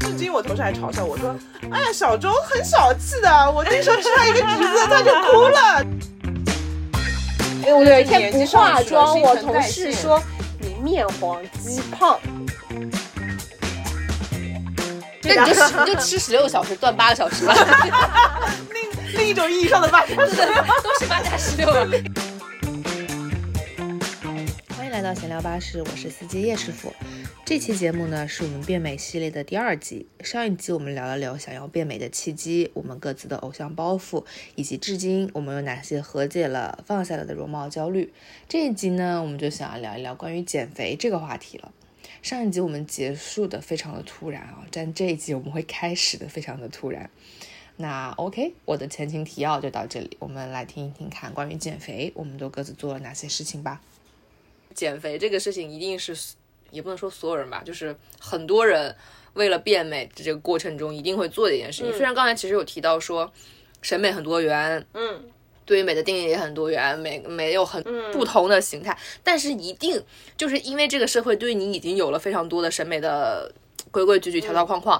至今我同事还嘲笑我说：“哎呀，小周很小气的，我那时候吃他一个橘子，他就哭了。哎，我有一天不化妆，年纪上去了新我陈同代谢事说你面黄肌胖，那你就吃你就吃十六个小时，断八个小时吧，另”另一种意义上的八卦是，都是八加十六。啊欢迎来到闲聊巴士，我是司机叶师傅。这期节目呢是我们变美系列的第二集。上一集我们聊了聊想要变美的契机，我们各自的偶像包袱，以及至今我们有哪些和解了、放下了的容貌焦虑。这一集呢，我们就想要聊一聊关于减肥这个话题了。上一集我们结束的非常的突然啊，但这一集我们会开始的非常的突然。那 OK，我的前情提要就到这里，我们来听一听看关于减肥，我们都各自做了哪些事情吧。减肥这个事情一定是，也不能说所有人吧，就是很多人为了变美这个过程中一定会做的一件事情。虽然刚才其实有提到说，审美很多元，嗯，对于美的定义也很多元，美美有很不同的形态，但是一定就是因为这个社会对你已经有了非常多的审美的规规矩矩、条条框框。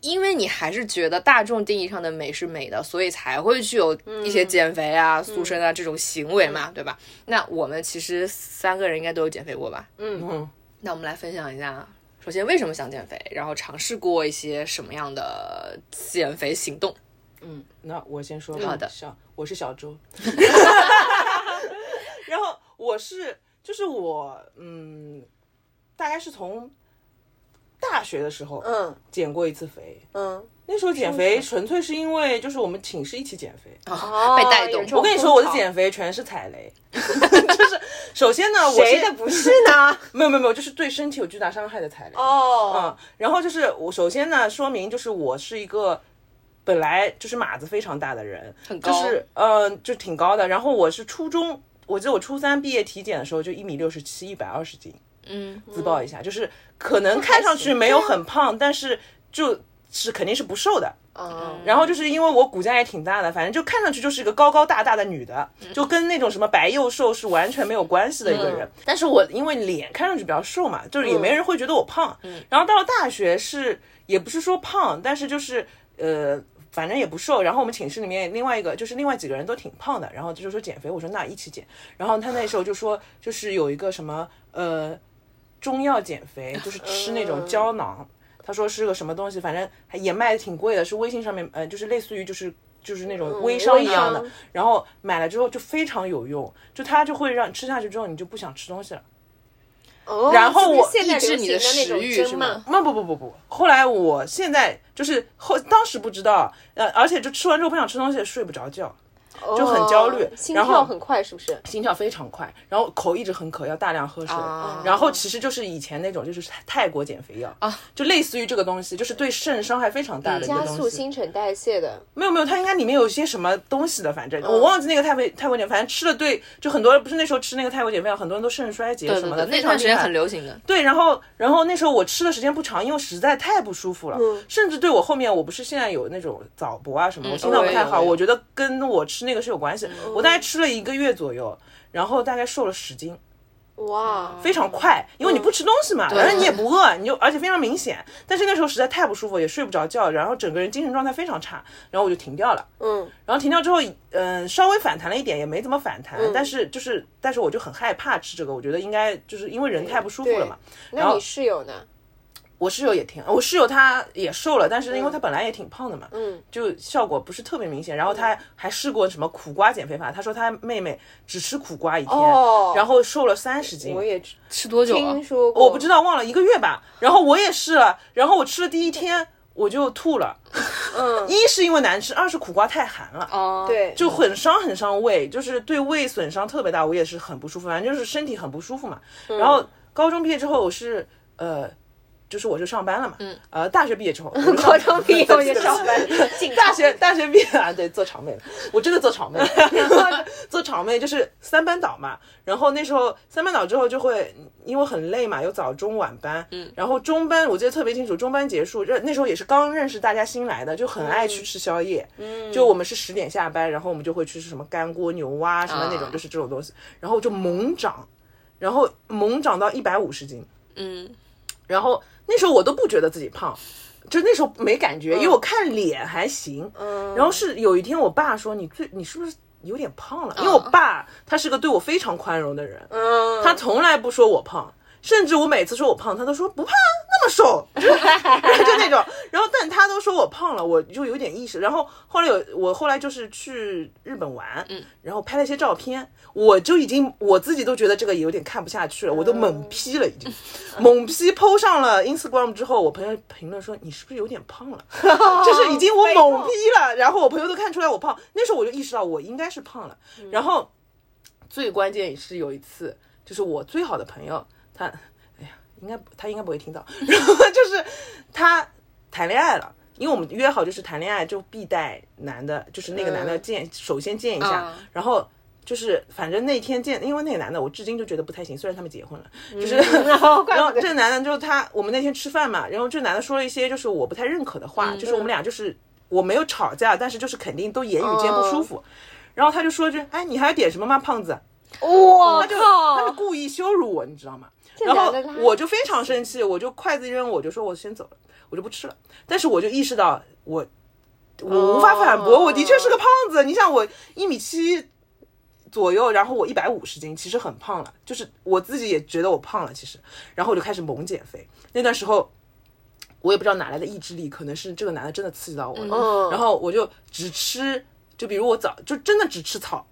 因为你还是觉得大众定义上的美是美的，所以才会去有一嗯些减肥啊、塑身啊这种行为嘛，对吧？那我们其实三个人应该都有减肥过吧？嗯，那我们来分享一下，首先为什么想减肥，然后尝试过一些什么样的减肥行动。那我先说吧。好的小我是小 周，然后我是就是我嗯，大概是从大学的时候嗯减过一次肥。嗯，那时候减肥纯粹是因为就是我们寝室一起减肥。哦被带动我跟你说，我的姐减肥全是踩雷， 就是首先呢，我谁是的不是呢？ 没有没有没有，就是对身体有巨大伤害的踩雷。哦嗯，然后就是我首先呢，说明就是我是一个本来就是码子非常大的人，很高就是嗯、呃，就挺高的。然后我是初中，我记得我初三毕业体检的时候就一米六十七，一百二十斤，嗯，自曝一下，就是可能看上去没有很胖，但是就是肯定是不瘦的。嗯，然后就是因为我骨架也挺大的，反正就看上去就是一个高高大大的女的，就跟那种什么白幼瘦是完全没有关系的一个人。但是我因为脸看上去比较瘦嘛，就是也没人会觉得我胖。然后到了大学是也不是说胖，但是就是呃。反正也不瘦，然后我们寝室里面另外一个就是另外几个人都挺胖的，然后就说减肥，我说那一起减，然后他那时候就说就是有一个什么呃中药减肥，就是吃那种胶囊，他说是个什么东西，反正还也卖的挺贵的，是微信上面，呃，就是类似于就是就是那种微商一样的。嗯微商然后买了之后就非常有用，就它就会让吃下去之后你就不想吃东西了。哦然后我是不是现在流抑制你行的的那食种欲是针吗嘛，？那不不不不，后来我现在就是后当时不知道，呃，而且就吃完之后不想吃东西，睡不着觉，就很焦虑哦心然后跳很快是不是？心跳非常快，然后口一直很渴，要大量喝水。啊然后其实就是以前那种就是泰泰国减肥药啊，就类似于这个东西，就是对肾伤害非常大的一个加东西。速新陈代谢的，没有没有，它应该里面有些什么东西的，反嗯正、我忘记那个泰国泰国减，反正吃了对，就很多人不是那时候吃那个泰国减肥药，很多人都肾衰竭对什对么对的，，那非段常时厉间害很流行的。对，然后然后那时候我吃的时间不长，因为实在太不舒服了，甚至对我后面我不是现在有那种早搏啊什么，我心脏不太嗯我也好，有我觉得跟我吃那个是有关系。我大概吃了一个月左右，然后大概瘦了十斤。哇，非常快，因为你不吃东西嘛，反正你也不饿，你就而且非常明显。但是那时候实在太不舒服，也睡不着觉，然后整个人精神状态非常差，然后我就停掉了。嗯，然后停掉之后，嗯、稍微反弹了一点，也没怎么反弹，但是就是，但是我就很害怕吃这个，我觉得应该就是因为人太不舒服了嘛。然那后你室友呢？我室友也挺，我室友她也瘦了，但是嗯因为她本来也挺胖的嘛，嗯，就效果不是特别明显。然嗯后她还试过什么苦瓜减肥法，她说她妹妹只吃苦瓜一天，哦然后瘦了三十斤。我也吃多久啊听？说过，我不知道忘了一个月吧。然后我也试了，然后我吃了第一天我就吐了，嗯，一是因为难吃，二是苦瓜太寒了。哦，对，就很伤很伤胃，就是对胃损伤特别大，我也是很不舒服，反正就是身体很不舒服嘛。嗯然后高中毕业之后，我是呃，就是我就上班了嘛，嗯，呃，大学毕业 之后，我就上，高中毕业我就上班 大学大学毕业啊，对，做场妹了，我真的做场妹 了， 做场妹就是三班倒嘛。然后那时候三班倒之后就会因为很累嘛，有早中晚班，嗯，然后中班我记得特别清楚，中班结束，这那时候也是刚认识大家新来的，就很爱去吃宵夜，嗯，就我们是十点下班，然后我们就会去吃什么干锅牛蛙什么那种，啊就是这种东西，然后就猛长，然后猛长到一百五十斤，嗯，然后那时候我都不觉得自己胖，就那时候没感觉，因为我看脸还行。嗯然后是有一天我爸说你最你是不是有点胖啊了？因为我爸他是个对我非常宽容的人，嗯，他从来不说我胖，甚至我每次说我胖，他都说不胖啊，那么瘦，然后就那种。然后但他都说我胖了，我就有点意识。然后后来有我后来就是去日本玩，嗯，然后拍了一些照片，我就已经我自己都觉得这个有点看不下去了，我都猛 P 了，已经、猛 P 剖上了 Instagram 之后，我朋友评论说你是不是有点胖了？就是已经我猛 P 了，然后我朋友都看出来我胖，那时候我就意识到我应该是胖了，然后。最关键也是有一次，就是我最好的朋友，他，哎呀，应该不他应该不会听到。 然后就是他谈恋爱了，因为我们约好就是谈恋爱就必带男的，就是那个男嗯的见，首先见一下，嗯然后。就是，反正那天见，因为那个男的，我至今就觉得不太行。虽然他们结婚了，就是，嗯 然后怪然后不得这男的就是他，我们那天吃饭嘛，然后这男的说了一些就是我不太认可的话，嗯就是我们俩就是我没有吵架，但是就是肯定都言语间不哦舒服。然后他就说一句：“哎，你还要点什么吗，胖子？”我他就靠，他就故意羞辱我，你知道吗？然假后的他我就非常生气，我就筷子一扔，我就说我先走了，我就不吃了。但是我就意识到我我无法反驳，我的确是个胖子。你想我一米七。左右，然后我一百五十斤，其实很胖了，就是我自己也觉得我胖了，其实，然后我就开始猛减肥。那段时候，我也不知道哪来的意志力，可能是这个男的真的刺激到我了，嗯然后我就只吃，就比如我早就真的只吃草，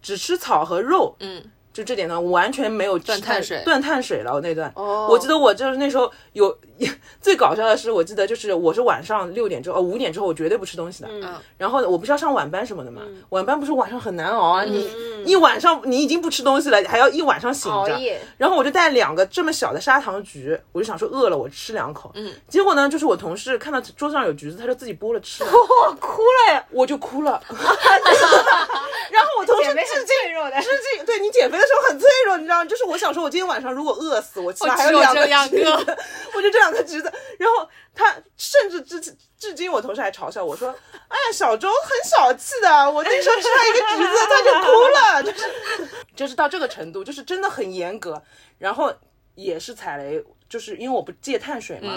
只吃草和肉，嗯，就这点呢，我完全没有吃断碳水断碳水了。我那段，哦我记得我就是那时候有 最搞笑的是，我记得就是我是晚上六点之后，呃五点之后我绝对不吃东西的。嗯然后我不是要上晚班什么的嘛，嗯晚班不是晚上很难熬啊，你一晚上你已经不吃东西了，还要一晚上醒熬着。夜，然后我就带两个这么小的砂糖橘，我就想说饿了我吃两口。嗯，结果呢，就是我同事看到桌子上有橘子，他就自己剥了吃了， 我哭了呀，我就哭 了。然后我同事姐妹至很今脆弱的 就。是这对你减肥的时候很脆弱，你知道吗？就是我想说，我今天晚上如果饿死，我起码我还只有有两这两橘子，个我就这两个橘子。然后他甚至至至今，我同事还嘲笑我说：“哎呀，小周很小气的，我那时候吃他一个橘子，他就哭了。”就是就是到这个程度，就是真的很严格。然后也是踩雷，就是因为我不戒碳水嘛，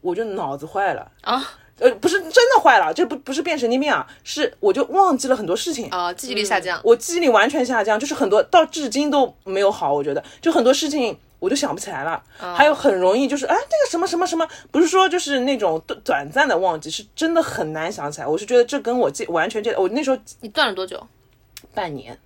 我就脑子坏了。嗯啊呃，不是真的坏了，这不不是变神经病啊，是我就忘记了很多事情 啊，记忆力下嗯降，我记忆力完全下降，就是很多到至今都没有好，我觉得就很多事情我都想不起来了，还有很容易就是啊这个什么什么什么，不是说就是那种短短暂的忘记，是真的很难想起来。我是觉得这跟我戒完全戒，我那时候你断了多久？半年，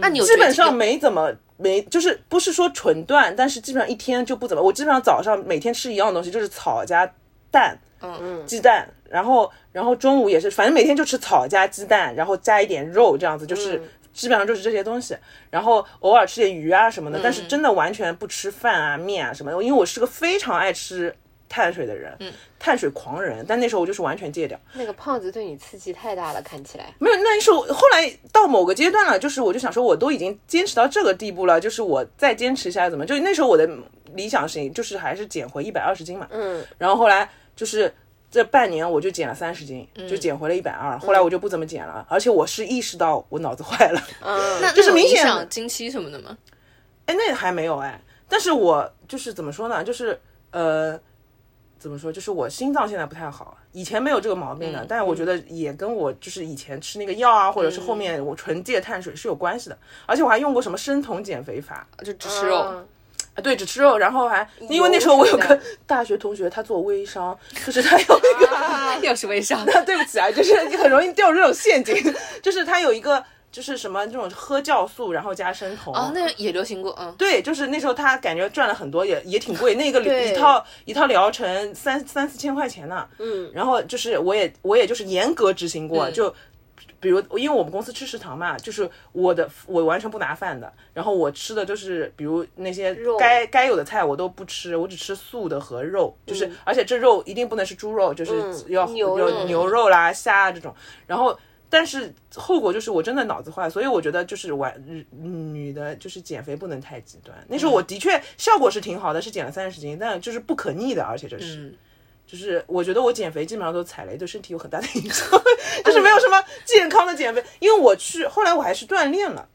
那你有基觉得本这个上没怎么没，就是不是说纯断，但是基本上一天就不怎么。我基本上早上每天吃一样东西，就是草加蛋，嗯，鸡蛋，然后然后中午也是，反正每天就吃草加鸡蛋，然后加一点肉这样子，就是。基本上就是这些东西，然后偶尔吃点鱼啊什么的，但是真的完全不吃饭啊、面啊什么的，因为我是个非常爱吃碳水的人，碳水狂人，但那时候我就是完全戒掉。那个胖子对你刺激太大了，看起来。没有，那是我后来到某个阶段了，就是我就想说，我都已经坚持到这个地步了，就是我再坚持一下怎么？就那时候我的理想是，就是还是减回一百二十斤嘛。嗯，然后后来就是这半年我就减了三十斤，就减回了一百二。后来我就不怎么减了，而且我是意识到我脑子坏了。那就是那有明影显响经期什么的吗？哎，那还没有哎，但是我就是怎么说呢？就是呃，怎么说？就是我心脏现在不太好，以前没有这个毛病的，但是我觉得也跟我就是以前吃那个药啊，或者是后面我纯戒碳水是有关系的。而且我还用过什么生酮减肥法就只吃嗯肉，啊，对，只吃肉，然后还因为那时候我有是的个大学同学，他做微商，就是他有一个。 又是 微商。对不起啊，就是你很容易掉入这种陷阱，就是他有一个就是什么这种喝酵素，然后加生酮哦，那个也流行过，嗯，对，就是那时候他感觉赚了很多，也也挺贵，那个旅对一套一套疗程三三四千块钱呢。嗯，然后就是我也我也就是严格执行嗯过，就比如因为我们公司吃食堂嘛，就是我的我完全不拿饭的，然后我吃的就是比如那些肉该该有的菜我都不吃，我只吃素的和肉，就是、而且这肉一定不能是猪肉，就是嗯要、牛有肉牛肉啦、虾啊这种，然后。但是后果就是我真的脑子坏，所以我觉得就是玩女女的，就是减肥不能太极端。那时候我嗯的确效果是挺好的，是减了三十斤，但就是不可逆的，而且这是，嗯就是我觉得我减肥基本上都踩雷，对身体有很大的影 响，就是没有什么健康的减肥。因为我去后来我还是锻炼了，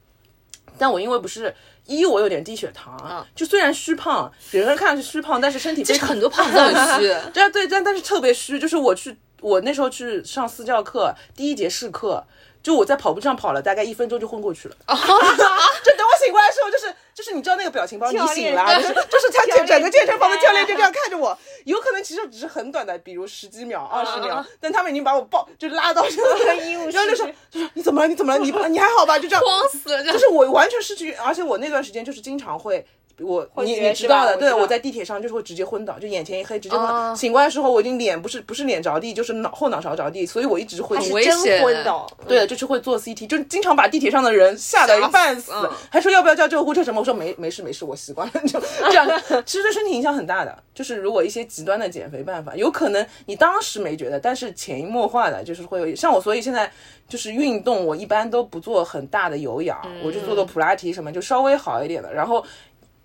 但我因为不是一，我有点低血糖，就虽然虚胖，整个人看上去虚胖，但是身体嗯其实 很多胖子都很虚 对啊对，但但是特别虚，就是我去我那时候去上私教课，第一节试课。就我在跑步上跑了大概一分钟就昏过去了，哦就等我醒过来的时候，就是就是你知道那个表情包，你教醒练了啊，就是就是他整整个健身房的在教练就这样看着我，有可能其实只是很短的，比如十几秒、二十秒，但他们已经把我抱就拉到这个啊 医务室然后就说就说你怎么了？你怎么了？你你还好吧？就这样，慌死了，就就是我完全失去，而且我那段时间就是经常会。我你觉你是知吧道的，我对知道我在地铁上就是会直接昏倒，就眼前一黑，直接昏倒。哦醒过来的时候，我已经脸不是不是脸着地，就是脑后脑勺着地，所以我一直会还晕是危真险昏倒，对，就是会做 CT，就是经常把地铁上的人吓得吓一半死死嗯，还说要不要叫救护车什么，我说没没事没事，我习惯了， 就这 样。其实对身体影响很大的，就是如果一些极端的减肥办法，有可能你当时没觉得，但是潜移默化的就是会有。像我，所以现在就是运动，我一般都不做很大的有氧，我就做嗯做普拉提什么，就稍微好一点的，然后。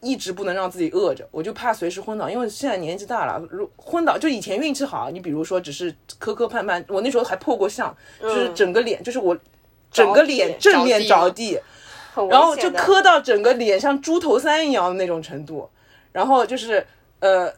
一直不能让自己饿着，我就怕随时昏倒，因为现在年纪大了，如昏倒就以前运气好，你比如说只是磕磕绊绊，我那时候还破过相，就是整个脸，就是我整个脸正面嗯着地，很危然后就险的磕到整个脸像猪头山一样的那种程度，然后就是呃。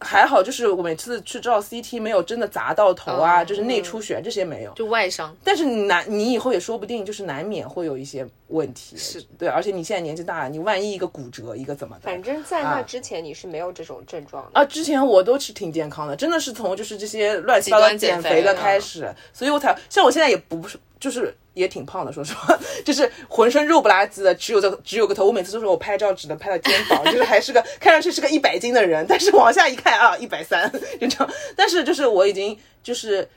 还好，就是我每次去照 CT 没有真的砸到头啊，就是内出血、这些没有。就外伤。但是你难，你以后也说不定，就是难免会有一些问题。是对，而且你现在年纪大了，你万一一个骨折，一个怎么的？反正，在那之前你是没有这种症状的。啊，之前我都是挺健康的，真的是从就是这些乱七八糟极端减肥的肥嗯开始，所以我才像我现在也不是就是也挺胖的，说实话， 就是浑身肉不拉几的，只有这只有个头。我每次都说我拍照只能拍到肩膀， 就是还是个看上去是个一百斤的人，但是往下一看啊，一百三就这样。但是就是我已经就是。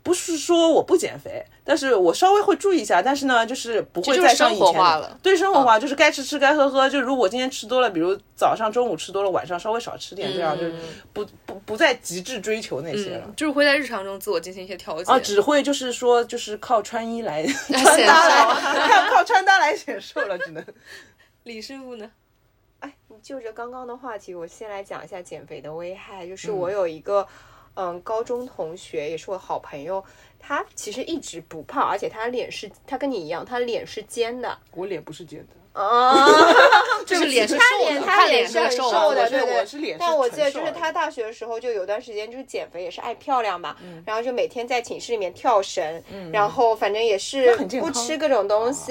不是说我不减肥，但是我稍微会注意一下，但是呢，就是不这会就是再像以生前活化那样了对生活化，就是该吃吃，该喝喝。就如果今天吃多了，比如早上、中午吃多了，晚上稍微少吃点，这样、就是不不不再极致追求那些了。嗯，就是会在日常中自我进行一些调节。啊，只会就是说，就是靠穿衣 来穿显搭来，瘦靠靠穿搭来显瘦了， 只能。李师傅 呢？哎，你就着刚刚的话题，我先来讲一下减肥的危害。就是我有一个，嗯高中同学，也是我好朋友，他其实一直不胖，而且他脸是，他跟你一样，他脸是尖的。我脸不是尖的，嗯啊，就是脸是他瘦脸的，他脸是很瘦瘦啊的。我的，是对对。我是脸是但我记得很瘦啊就的是他大学的时候，就有段时间就是减肥也是爱漂亮嘛，嗯然后就每天在寝室里面跳绳，然后反正也是那很健不康啊吃各种东西。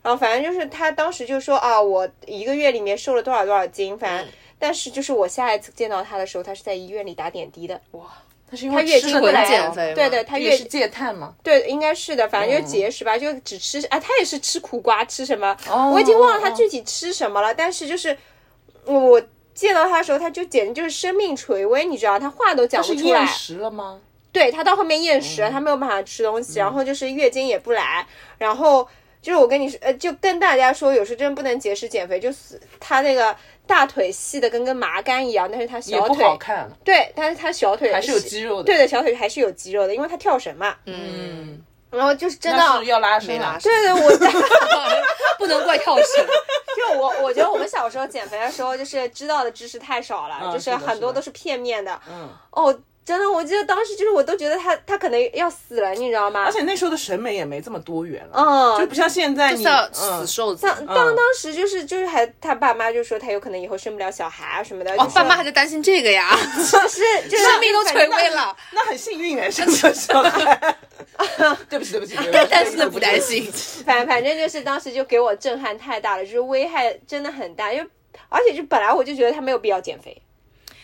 然后反正就是他当时就说啊，我一个月里面瘦了多少多少斤，反正、嗯但是就是我下一次见到他的时候，他是在医院里打点滴的。他是因他月经吃的不来太减好肥吗对对，他也月是戒碳嘛。对，应该是的，反嗯正就是节食吧，就只吃啊，他也是吃苦瓜，吃什么，哦我已经忘了他具体吃什么了，但是就是我我见到他的时候，他就简直就是生命垂危，你知道，他话都讲不是出厌来，食嗯了吗？对他到后面厌食了，他没有办法吃东西，然嗯后就是月经也不来，然后就是我跟你说，呃，就跟大家说，有时候真的不能节食减肥，就是他那个大腿细的跟根麻杆一样，但是他也小不腿好看，对，但是他小腿还是有肌肉的。对的，小腿还是有肌肉的，因为他跳绳嘛，嗯，然后就是真的那是要拉伸啊没拉了。伸，对对，我 哦不能怪跳 绳。就我我觉得我们小时候减肥的时候，就是知道的知识太少了，啊嗯就是的很是多的都是片面的。嗯，哦，真的，我记得当时就是我都觉得他他可能要死了，你知道吗而？且那时候的审美也没这么多元了，嗯就不像现在就你像嗯死瘦子，当当当时就是就是还他爸妈就说他有可能以后生不了小孩啊什么的，就哦，是爸妈还在担心这个 呀，是就是生命都垂危了，那很幸运哎，生个小孩。对不起，对不起，对不起但是呢不 担。心。 反反正就是当时就给我震撼太大了，就是危害真的很大，因为而且就本来我就觉得他没有必要减肥，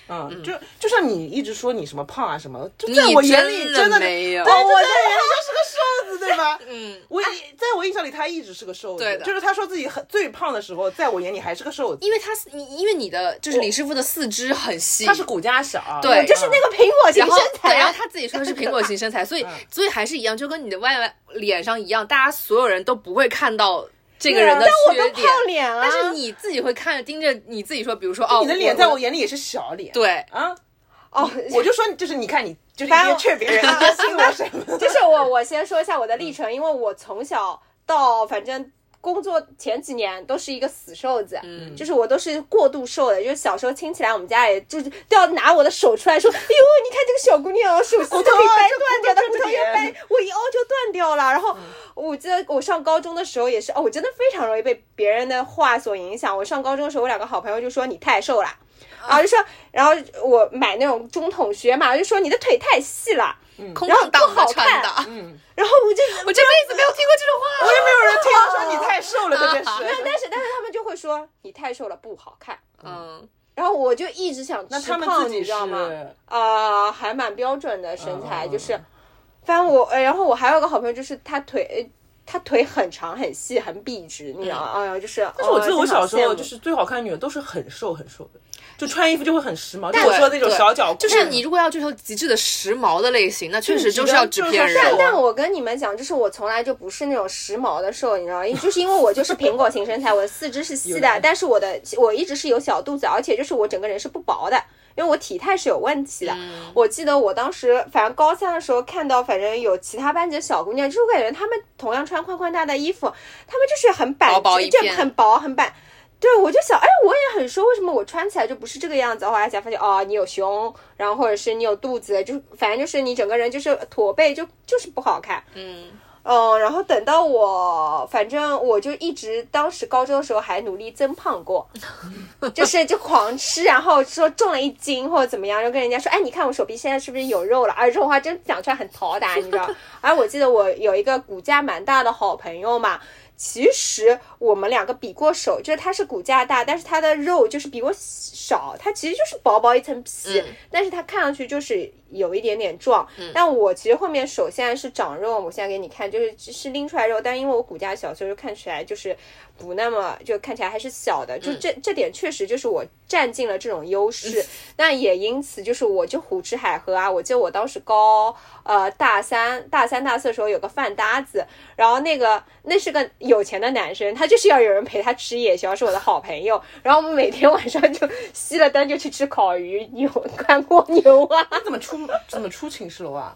嗯，就就像你一直说你什么胖啊什么，就你在我眼里真的的没有对，我在眼里就是个瘦子，对吧？嗯，我在我印象里他一直是个瘦子，对的就是他说自己很最胖的时候，在我眼里还是个瘦子。因为他是你，因为你的就是李师傅的四肢很细，他是骨架小，对嗯我就是那个苹果型然后身对，材然后啊，他自己说的是苹果型身 材，所以所以还是一样，就跟你的外外脸上一样，大家所有人都不会看到这个人的但我缺都点，胖脸啊，但是你自己会看着盯着你自己说，比如说哦，你的脸在我我眼里也是小脸。对，啊，哦，我就说就是你看你就是一边劝别人，反你正 关心我什么？就是我，我先说一下我的历程，因为我从小到反正工作前几年都是一个死瘦子，就是我都是过度瘦的，就是小时候亲戚来我们家里，就是都要拿我的手出来说，哎呦，你看这个小姑娘手膝都给掰断掉的，骨骨头头也也掰，我一凹就断掉了。然后我记得我上高中的时候也是，哦，我真的非常容易被别人的话所影响。我上高中的时候，我两个好朋友就说你太瘦了。然后就说，然后我买那种中筒靴嘛，就说你的腿太细了，空然后荡荡不的好穿的，看嗯，然后 我就我这辈子没有听过这种话。我也没有 人听到说你太瘦了这件没有，事。啊但是但是他们就会说你太瘦了不好看，嗯，然后我就一直想那吃他们胖，自己你知是道吗？啊、还蛮标准的身材，嗯就是，反正我，呃然后我还有个好朋友，就是他腿，呃他腿很长很细很笔直，你知道吗？哎呀，就是，嗯但是我哦记得我小时候就。真的好羡慕是最好看的女的都是很瘦很瘦的，就穿衣服就会很时髦，就但我说的那种对小脚裤，嗯就是你如果要追求极致的时髦的类型，那确实就是要纸片就是但要人。但我跟你们讲，就是我从来就不是那种时髦的瘦，你知道吗，就是因为我就是苹果型身材，我的四肢是细有的的，但是我的我一直是有小肚子，而且就是我整个人是不薄的，因为我体态是有问题的。嗯我记得我当时反正高三的时候看到，反正有其他班级的小姑娘，就是我感觉她们同样穿宽宽大大衣服，她们就是很板，薄薄一就片很薄很板。对，我就想，哎，我也很瘦，为什么我穿起来就不是这个样子？后来才发现，哦，你有胸，然后或者是你有肚子，就反正就是你整个人就是驼背，就就是不好看。嗯，嗯，然后等到我，反正我就一直当时高中的时候还努力增胖 过，就是就狂吃，然后说重了一斤或者怎么样，就跟人家说，哎，你看我手臂现在是不是有肉了？哎，这种话真讲出来很讨打，你知 道？而我记得我有一个骨架蛮大的好朋友嘛。其实我们两个比过手，就是他是骨架大，但是他的肉就是比我少，他其实就是薄薄一层皮，嗯但是他看上去就是有一点点壮。但我其实后面手现在是长肉，我现在给你看，就是是拎出来肉，但因为我骨架小，所以就看起来就是不那么，就看起来还是小的。就嗯这、这点确实就是我占尽了这种优势， 那、也因此就是我就胡吃海喝啊。我记得我当时高呃大三大三大四的时候有个饭搭子，然后那个那是个有钱的男生，他就是要有人陪他吃夜宵，是我的好朋友。然后我们每天晚上就熄了灯就去吃烤鱼、牛干锅牛蛙啊怎么出怎么出寝室楼啊？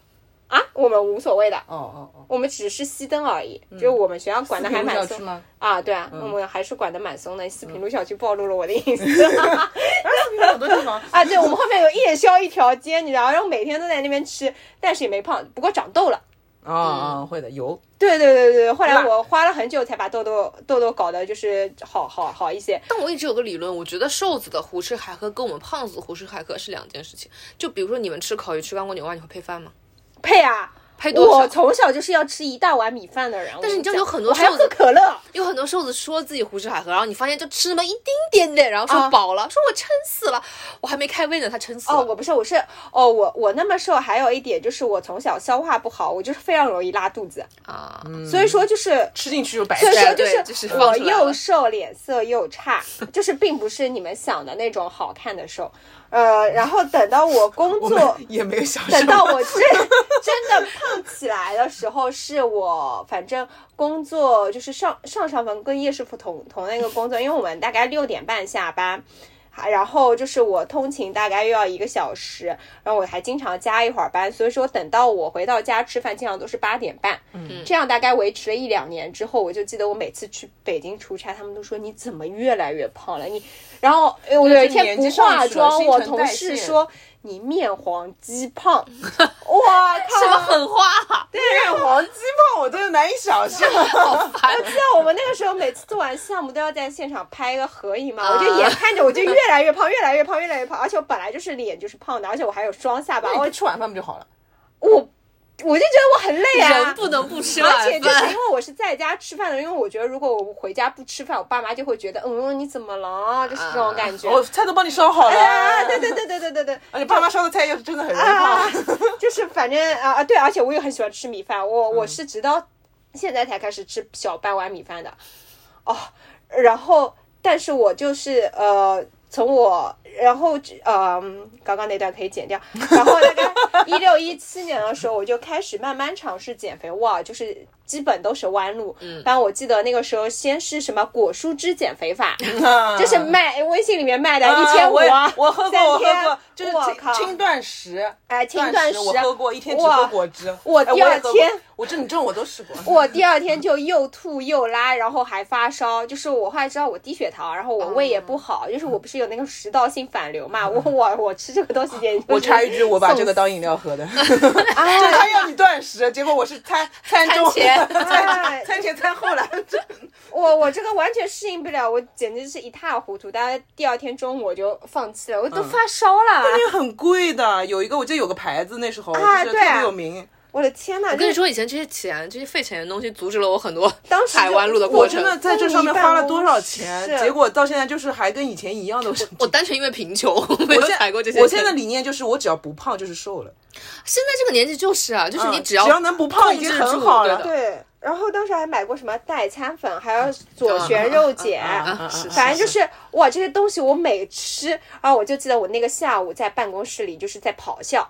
啊，我们无所谓的。哦哦哦，我们只是熄灯而已，就是我们学校管的还蛮嗯四平路小区 松吗啊，对嗯啊，我们还是管的蛮松的。四平路小区暴露了我的隐私 啊有很多地方啊，对，我们后面有夜宵一条街，你知道，然后每天都在那边吃，但是也没胖，不过长痘了。啊啊会的有，对对对对，后来辣我花了很久才把痘痘痘痘搞得就是好好好一些。但我一直有个理论，我觉得瘦子的胡吃海喝跟我们胖子的胡吃海喝是两件事情。就比如说你们吃烤鱼、吃干锅牛蛙，你会配饭吗？配啊，配多我少？从小就是要吃一大碗米饭的人，但是你知道我有跟很讲多我还要瘦子喝可乐，有很多瘦子说自己胡吃海喝，然后你发现就吃那么一丁点点，然后说饱了，说我撑死了，我还没开胃呢，他撑死了。哦，我不是，我是哦，我我那么瘦，还有一点就是我从小消化不好，我就是非常容易拉肚子，啊，所以说就是。吃进去就白所以塞说对就啊是对就是放我出来了又瘦，脸色又差，就是并不是你们想的那种好看的瘦。呃，然后等到我工我作们，也没有想等到到我 真真的胖起来的时候，是我反正工作就是上上上份跟叶师傅同同那个工作，因为我们大概六点半下班。还然后就是我通勤大概又要一个小时，然后我还经常加一会儿班，所以说等到我回到家吃饭，经常都是八点半。嗯，这样大概维持了一两年之后，我就记得我每次去北京出差，他们都说你怎么越来越胖了？你，然后哎我有一天年不纪上去了化妆，新我陈同代谢事说你面黄肌 胖，哇靠！什么狠话，面黄鸡胖，我真的难以想 象。好烦。那我们那个时候每次做完项目都要在现场拍个合影嘛，我就眼看着我就越来越胖，越来越胖，越来越胖，而且我本来就是脸就是胖的，而且我还有双下巴，那你我不吃晚饭不就好了？我我就觉得我很累啊，人不能不吃晚而且就是因饭。为我是在家吃饭的，因为我觉得如果我回家不吃饭，我爸妈就会觉得，嗯，你怎么了？就是这种感觉。我哦菜都帮你烧好啊，了，对对对对对对对，而且爸妈烧的菜又是真的很容易啊胖。， 就是反正啊啊对，而且我也很喜欢吃米饭，嗯我我是直到现在才开始吃小半碗米饭的，哦，然后但是我就是呃。从我，然后呃，刚刚那段可以剪掉。然后大概一六一七年的时候，我就开始慢慢尝试减肥哇，就是基本都是弯路。嗯，但我记得那个时候先是什么果蔬汁减肥法，啊就是卖微信里面卖的，啊一天五我也啊，我喝过，三我喝天过，就是我清靠清断食，哎清断断食啊食我喝过，一天只哇喝果汁，我哎第二也喝过天我这你这种我都试过，我第二天就又吐又拉，然后还发烧，就是我后来知道我低血糖，然后我胃也不好，就是我不是有那个食道性反流嘛，我我我吃这个东西简直就是我插一句，我把这个当饮料喝 的，就是他要你断食，结果我是餐餐哎中前餐餐前餐后来，我我这个完全适应不了，我简直是一塌糊涂。但是第二天中午我就放弃了，我都发烧了，那个很贵的，有一个我记得有个牌子，那时候就啊是特对啊别有名，我的天呐！我跟你就是说，以前这些钱、这些费钱的东西，阻止了我很多当时就拐弯路的过我程真。的在这上面花了多少是钱，结果到现在就是还跟以前一样的。我单纯因为贫穷，没有我现踩过这些我坑现在理念就是，我只要不胖就是瘦了。现在这个年纪就是啊，就是嗯你要只要能不胖已经控制很住好对了的对，然后当时还买过什么代餐粉，还有左旋肉碱，反正就是哇，这些东西我每吃啊，我就记得我那个下午在办公室里就是在咆哮。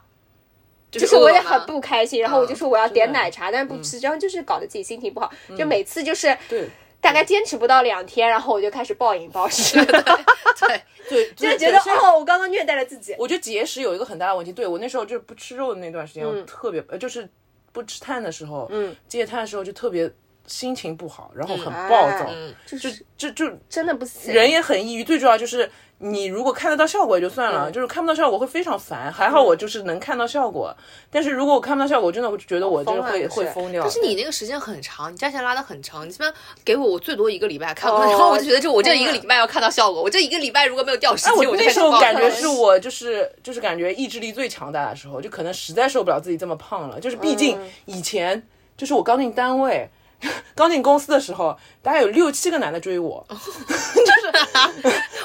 就就是我也饿了很不开心，然后我就说我要点的奶茶，啊但是嗯不吃，然后就是搞得自己心情不好，就每次就是对大概坚持不到两天，然后我就开始暴饮暴食， 对，对，就是觉得哦，我刚刚虐待了自己。我觉得节食有一个很大的问题，对我那时候就是不吃肉的那段时间，嗯我特别呃就是不吃碳的时候，嗯，戒碳的时候就特别心情不好，然后很暴躁，嗯就就就真的不行，人也很抑郁。最重要就是你如果看得到效果也就算嗯了，就是看不到效果会非常烦。还好我就是能看到效果，但是如果我看不到效果，真的我就觉得我真的疯啊会就是会疯掉。但是你那个时间很长，你战线拉的很长，你基本上给我我最多一个礼拜看，哦然后我就觉得这我这一个礼拜要看到效果，我这一个礼拜如果没有掉十哎，斤，我就那开始时候暴感躁觉了是我就是就是感觉意志力最强大的时候，就可能实在受不了自己这么胖了。就是毕竟嗯以前就是我刚进单位。 刚进公司的时候，大概有六七个男的追我，哦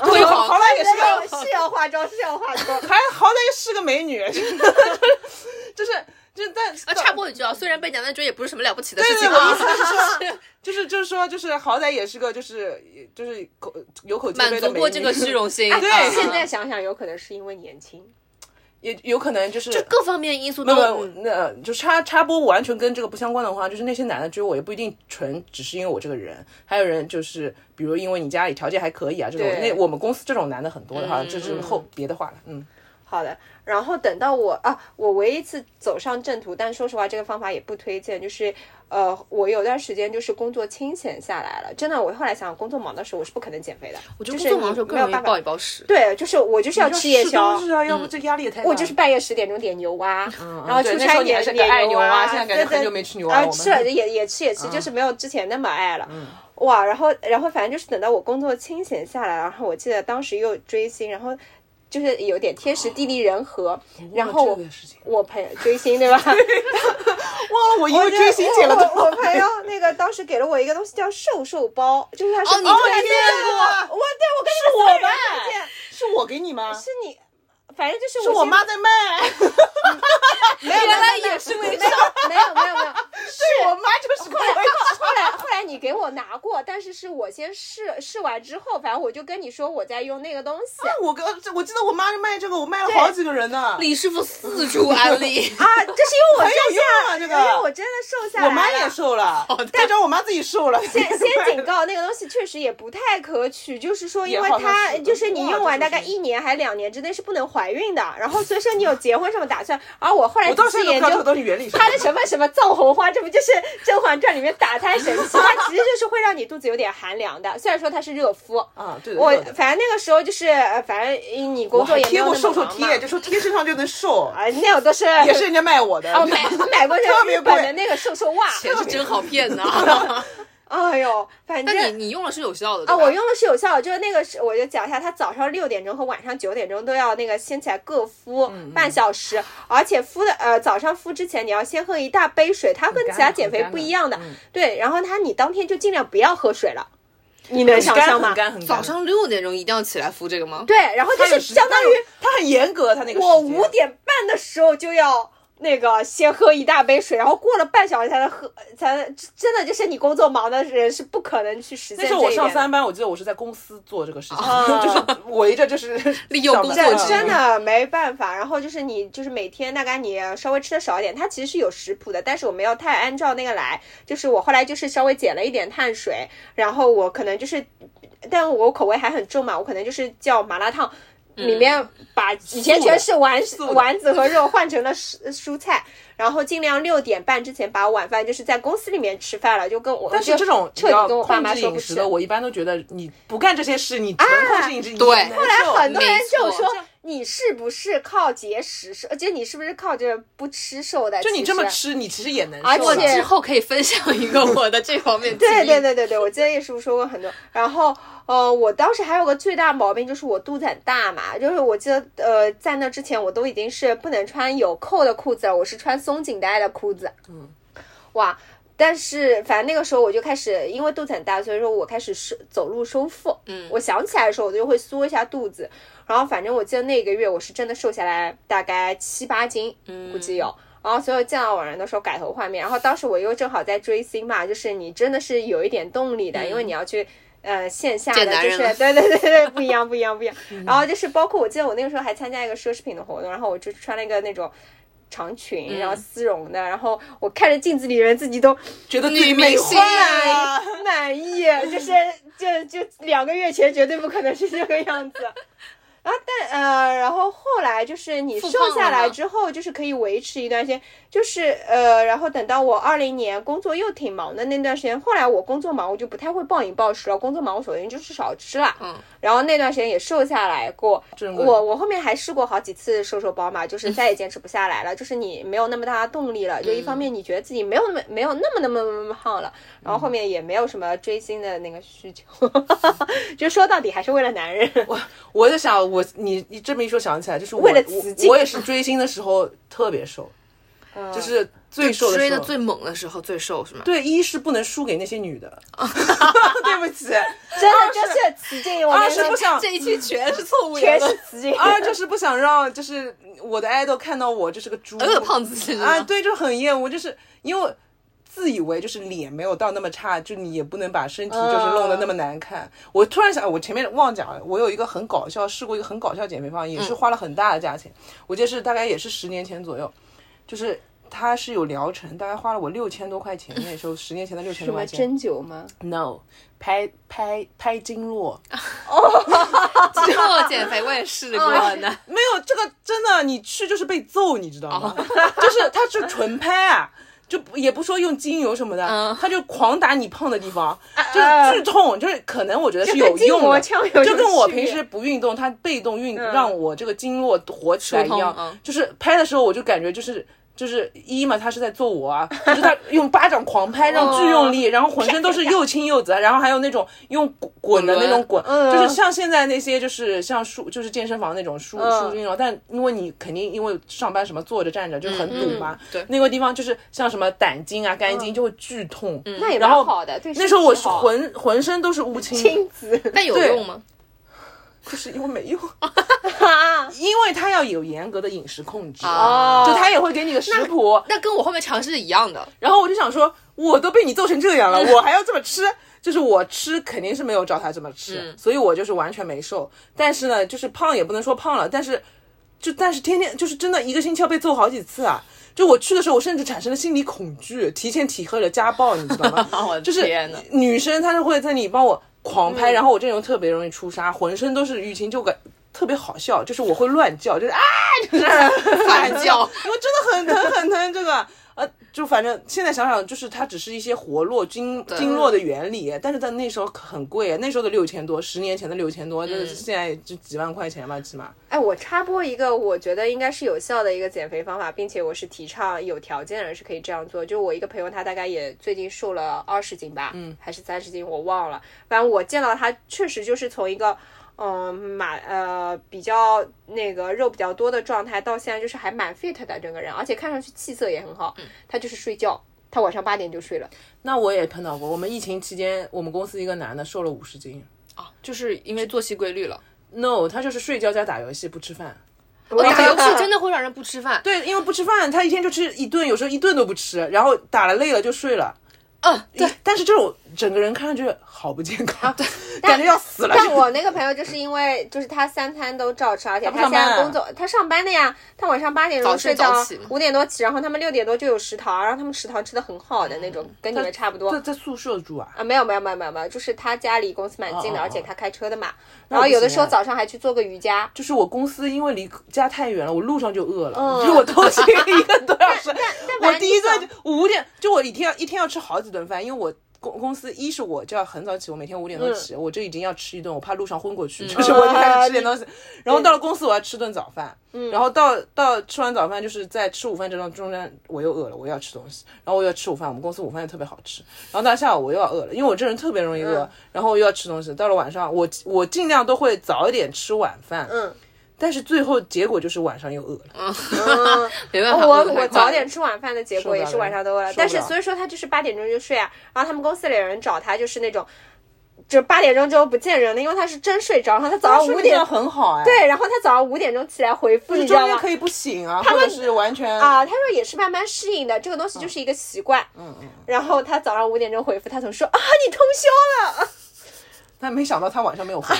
辉好煌。歹也是个是要化妆，是要化 妆。还好歹也是个美女， 就是就是就是但啊，插播一句啊，虽然被男的追也不是什么了不起的事对情对，我意啊思，就是说，就是就是说，就是好歹也是个就是就是口有口皆满碑的足美过这女个，虚荣心。哎对啊哎现在想想，有可能是因为年轻，也 有可能就是就各方面因素那都嗯么呃那就插插播完全跟这个不相关的话，就是那些男的追我也不一定纯只是因为我这个人，还有人就是比如因为你家里条件还可以啊这种，对那我们公司这种男的很多的话，这是后别的话了，嗯，好的，然后等到我啊，我唯一一次走上正途，但说实话，这个方法也不推荐。就是呃，我有段时间就是工作清闲下来了，真的，我后来想，工作忙的时候我是不可能减肥的。我觉得就工是作忙你的时候更没有容易办法暴饮暴食。对，就是我就是要吃夜宵是。啊，要不这压力也太大了。我就是半夜十点钟点牛蛙，然后对出那时差候你点还是个爱点牛蛙蛙，现在感对觉很对久没吃牛蛙啊我们嗯吃了也也吃也吃，就是没有之前那么爱了。哇，然后然后反正就是等到我工作清闲下来，然后我记得当时又追星，然后就是有点天时地利人哦和，然后这我个事情我朋友追星 对吧？忘了我因为我追星减了多我我我朋友那个当时给了我一个东西叫瘦瘦包，就是他哦，你我这个见对我跟是你们我三个人吧推荐是我给你吗？是你，反正就是是我先妈在卖，没有没有原来没有也是为没有没有没有 没有对我妈就是后来后来后来你给我拿过，但是是我先试试完之后，反正我就跟你说我在用那个东西。我跟我记得我妈是卖这个，我卖了好几个人呢。李师傅四处 安利，啊，这是因为我很有真用啊，这的，因为哎我个。真的瘦下来我妈了也瘦了，再找我妈自己瘦了。先 先警告，那个东西确实也不太可取，就是说，因为也好像它是的就是你用哇完这大是概一年还两年之内是不能怀孕的。然后所以说你有结婚什么打算，而我后来我到仔现细在都不研知道这个究。东西原理是它的什么什么藏红花，这不就是《甄嬛传》里面打胎神器？ 它其实就是会让你肚子有点寒凉的， 虽然说它是热敷。啊，对的。我对的反正那个时候就是，呃反正你工我作还也没贴有过那么瘦瘦忙嘛贴，就说贴身上就能瘦，哎啊，那我都是也是人家卖我的。哦买买过特那别日贵本的那个瘦瘦袜，钱是真好 骗呐。哎呦，反正但你你用了是有效的对啊，吧我用的是有效的，就是那个是，我就讲一下，它早上六点钟和晚上九点钟都要那个先起来各敷嗯半小时，而且敷的呃早上敷之前你要先喝一大杯水，它跟其他减肥不一样的，嗯对，然后它你当天就尽量不要喝水了，你能想干象吗很？干很干。早上六点钟一定要起来敷这个吗？对，然后就他有是时相当于他有他很严格，他那个我时间五点半的时候就要那个先喝一大杯水，然后过了半小时才能喝，才能真的就是你工作忙的人是不可能去实那现这一时候点的。我上三班，我记得我是在公司做这个事情，啊就是围着 就是利用工作上班这真的嗯没办法。然后就是你，就是每天大概你稍微吃的少一点，它其实是有食谱的，但是我没有太按照那个来。就是我后来就是稍微减了一点碳水，然后我可能就是，但我口味还很重嘛，我可能就是叫麻辣烫。里面把以前全是丸嗯的丸子和肉换成了蔬蔬菜，然后尽量六点半之前把晚饭就是在公司里面吃饭了，就跟我但是这种彻底跟我爸控妈制说饮不食吃。的，我一般都觉得你不干这些事，你纯控制饮食，你对难受后后来哎很多人就说没错你是不是靠节食瘦，就你是不是靠着不吃瘦的？就你其这么实。吃，你其实也能而瘦啊我的且之后可以分享一个我的这方面经对历。对对对对，我记得叶师傅说过很多。然后，呃，我当时还有个最大毛病就是我肚子很大嘛，就是我记得，呃，在那之前我都已经是不能穿有扣的裤子了，我是穿松紧带的裤子。嗯，哇，但是反正那个时候我就开始，因为肚子很大，所以说我开始收走路收腹。嗯，我想起来的时候，我就会缩一下肚子。然后反正我记得那个月我是真的瘦下来大概七八斤，嗯估计有。然后所以见到网人的时候改头换面，然后当时我又正好在追星嘛，就是你真的是有一点动力的，因为你要去。呃，线下的嗯见就男是人了嗯对对对对，不一样不一样不一样。然后就是包括我记得我那个时候还参加一个奢侈品的活动，然后我就穿了一个那种长嗯裙，然后丝绒的，然后我看着镜子里人自己都觉得自己美化女明星了。满满 意，就是就就两个月前绝对不可能是这个样子。然后但呃，然后后来就是你复瘦胖了下来吗之后，就是可以维持一段时间，就是呃，然后等到我二零年工作又挺忙的那段时间，后来我工作忙，我就不太会暴饮暴食了，工作忙我首先就是少吃了，嗯，然后那段时间也瘦下来过，正规我我后面还试过好几次瘦瘦包嘛，就是再 也坚持不下来了，就是你没有那么大的动力了。就一嗯方面你觉得自己没有那么没有那么那么那么胖了，然后后面也没有什么追星的那个需求， 就说到底还是为了男人。我就想，我你你这么一说，想起来，就是我为了我雌竞嗯我也是追星的时候特别瘦，就是最瘦的追时的候。最猛的时候最瘦是吗？对，一是不能输给那些女 的，对不起； 真的就是雌竞，我二跟你是不说，想，这一期全是错误全言论是，雌竞。二就是不想让就是我的 idol 看到我就是个猪都有胖子是吗啊，对，就很厌恶，就是因为。自以为就是脸没有到那么差，就你也不能把身体就是弄得那么难看。我突然想，我前面忘讲了，我有一个很搞笑，试过一个很搞笑减肥方案，也是花了很大的价钱。我记得是大概也是十年前左右，就是它是有疗程，大概花了我六千多块钱，那时候十年前的六千什多块么钱。针灸吗？ No，拍拍拍经络，之后减肥我也试啊过呢。没有这个真的，你去就是被揍，你知道吗？哦 就是他是纯拍啊。就不也不说用精油什么的，嗯他就狂打你胖的地方，啊就是剧痛，就是可能我觉得是就跟有筋用膜的，枪有什么就跟我区别嗯平时不运动，它被动运、让我这个经络活起来一样疏通嗯，就是拍的时候我就感觉就是。就是一嘛，他是在揍我 啊，就是他用巴掌狂拍，让巨用哦力，然后浑身都是又轻又紫，啊然后还有那种用滚滚的那种滚，嗯就是像现在那些就是像舒就是健身房那种舒嗯舒运动，但因为你肯定因为上班什么坐着站着就很堵嘛，对那个地方就是像什么胆经啊、肝经就会巨痛，那也然后蛮好的，对身体好。那时候我浑浑身都是乌青，亲子 但有对用吗？就是因为没用，啊，因为他要有严格的饮食控制，哦就他也会给你个食谱，那跟我后面尝试的一样的，然后我就想说，我都被你揍成这样了，嗯我还要这么吃？就是我吃肯定是没有照他这么吃，嗯所以我就是完全没瘦。但是呢，就是胖也不能说胖了，但是就但是天天就是真的一个星期要被揍好几次啊！就我去的时候，我甚至产生了心理恐惧，提前体会了家暴，你知道 我吗？哦 的就是天哪嗯女生她是会在你帮我狂拍，然后我这人又特别容易出痧，浑身都是淤青，就感特别好笑，就是我会乱叫，就是啊，就是反 叫。因为真的很疼很疼这个。呃，就反正现在想想，就是它只是一些活络经经络的原理，但是在那时候很贵，啊那时候的六千多，十年前的六千多，就是现在就几万块钱吧，起码。哎，我插播一个，我觉得应该是有效的一个减肥方法，并且我是提倡有条件的人是可以这样做。就我一个朋友，他大概也最近瘦了二十斤吧，嗯，还是三十斤，我忘了。反正我见到他，确实就是从一个。嗯，蛮呃比较那个肉比较多的状态，到现在就是还蛮 fit 的整个人，而且看上去气色也很好。嗯他就是睡觉，他晚上八点就睡了。那我也碰到过，我们疫情期间，我们公司一个男的瘦了五十斤。就是因为作息规律了。 No，他就是睡觉加打游戏不吃饭，我打游戏真的会让人不吃饭。对，因为不吃饭，他一天就吃一顿，有时候一顿都不吃，然后打了累了就睡了。嗯，对，但是这种整个人看上去好不健康，对，感 觉要死了。但我那个朋友就是因为就是他三餐都照吃，而且他不他上现班啊在工作，他上班的呀，他晚上八点早钟睡睡到早起嘛五点多起，然后他们六点多就有食堂，然后他们食堂吃的很好的那嗯种，跟你们差不多在。在宿舍住啊，啊，没有没有没有没有没有，就是他家离公司蛮近的，哦哦哦而且他开车的嘛。我然后有的不行时候哎早上还去做个 瑜伽，就是我公司因为离家太远了，我路上就饿了，嗯就我通勤一个多小时。 但我凡第你一顿想就五点，就我一天要一天要吃好几顿饭，因为我。公公司一是我就要很早起，我每天五点嗯多起，我就已经要吃一顿，我怕路上昏过去，就是我就开啊始吃点东西。然后到了公司我要吃顿早饭，嗯然后到到吃完早饭就是在吃午饭这段中间我又饿了，我又要吃东西，然后我又要吃午饭，我们公司午饭又特别好吃。然后到下午我又要饿了，因为我这人特别容易饿，嗯然后我又要吃东西。到了晚上我我尽量都会早一点吃晚饭，嗯，但是最后结果就是晚上又饿了。嗯没办法，我饿得我太快早点吃晚饭的结啊受不果也了是晚上都饿了受，不但是了所以说他就是八点钟就睡啊，然后他们公司里有人找他就是那种，就八点钟之后不见人了，因为他是真睡着，然后他早上睡五眠质点量很好哎，，对，然后他早上五点钟起来回复，啊你知中道间吗？可以不醒啊，或者是完全啊，他说也是慢慢适应的，这个东西就是一个习惯。嗯嗯，然后他早上五点钟回复，他总说啊你通宵了。但没想到他晚上没 有回。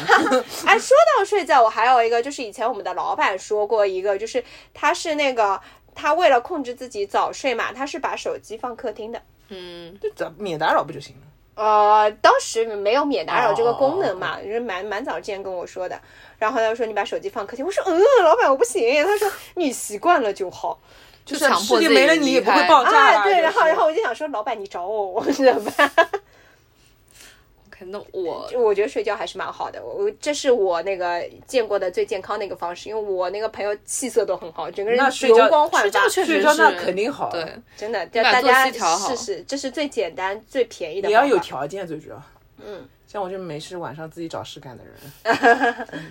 哎，说到睡觉，我还有一个，就是以前我们的老板说过一个，就是他是那个他为了控制自己早睡嘛，他是把手机放客厅的。嗯， 就咱免打扰不就行了？呃，当时没有免打扰这个功能哦嘛，就是蛮蛮早之前跟我说的。然后他就说你把手机放客厅，我说嗯，老板我不行。他说你习惯了就好就强迫世界自己没了你离也不开会 爆炸啊。啦。对，然后然后后我就想说，老板你找我，我怎么办？可能我就 我觉得睡觉还是蛮好的，我我这是我那个见过的最健康的一个方式，因为我那个朋友气色都很好，整个人那睡觉容光焕发，确睡实觉是那肯定好，对，真的，叫把大作家息调好试试，这是最简单最便宜的也方法。要有条件最主要。嗯，像我这没事晚上自己找事干的人，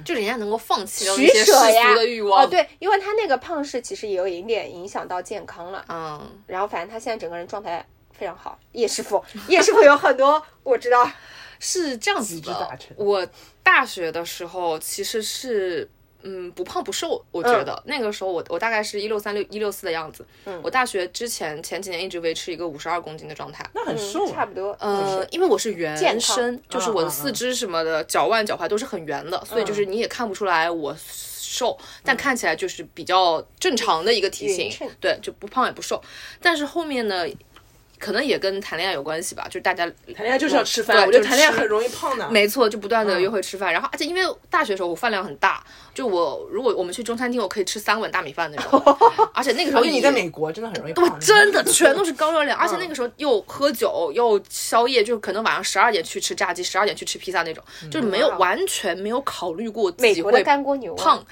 就人家能够放弃掉一取些世舍呀俗的欲望。哦，，对，因为他那个胖是其实也有一点影响到健康了，嗯，然后反正他现在整个人状态非常好。叶师傅，叶师傅有很多我知道，是这样子极致达的成。我大学的时候其实是。嗯，不胖不瘦，我觉得、那个时候我我大概是一六三六一六四的样子。嗯我大学之前前几年一直维持一个五十二公斤的状态。那很瘦嗯，啊，差不多，呃，因为我是健康原身，就是我的四肢什么的，脚腕、脚踝都是很圆的，所以就是你也看不出来我瘦，但看起来就是比较正常的一个体匀型称，对，就不胖也不瘦。但是后面呢，可能也跟谈恋爱有关系吧，就是大家谈恋爱就是要吃饭，对我觉得就谈恋爱吃很容易胖的。没错，就不断的约会吃饭，然后而且因为大学的时候我饭量很大，就我如果我们去中餐厅，我可以吃三碗大米饭那种，而且那个时候而且你也在美国真的很容易我胖， 真的全都是高嗯热量，而且那个时候又喝酒又宵夜，就可能晚上十二点去吃炸鸡，十二点去吃披萨那种，就是没有哇哦完全没有考虑过自美己国的会干锅牛、啊、胖，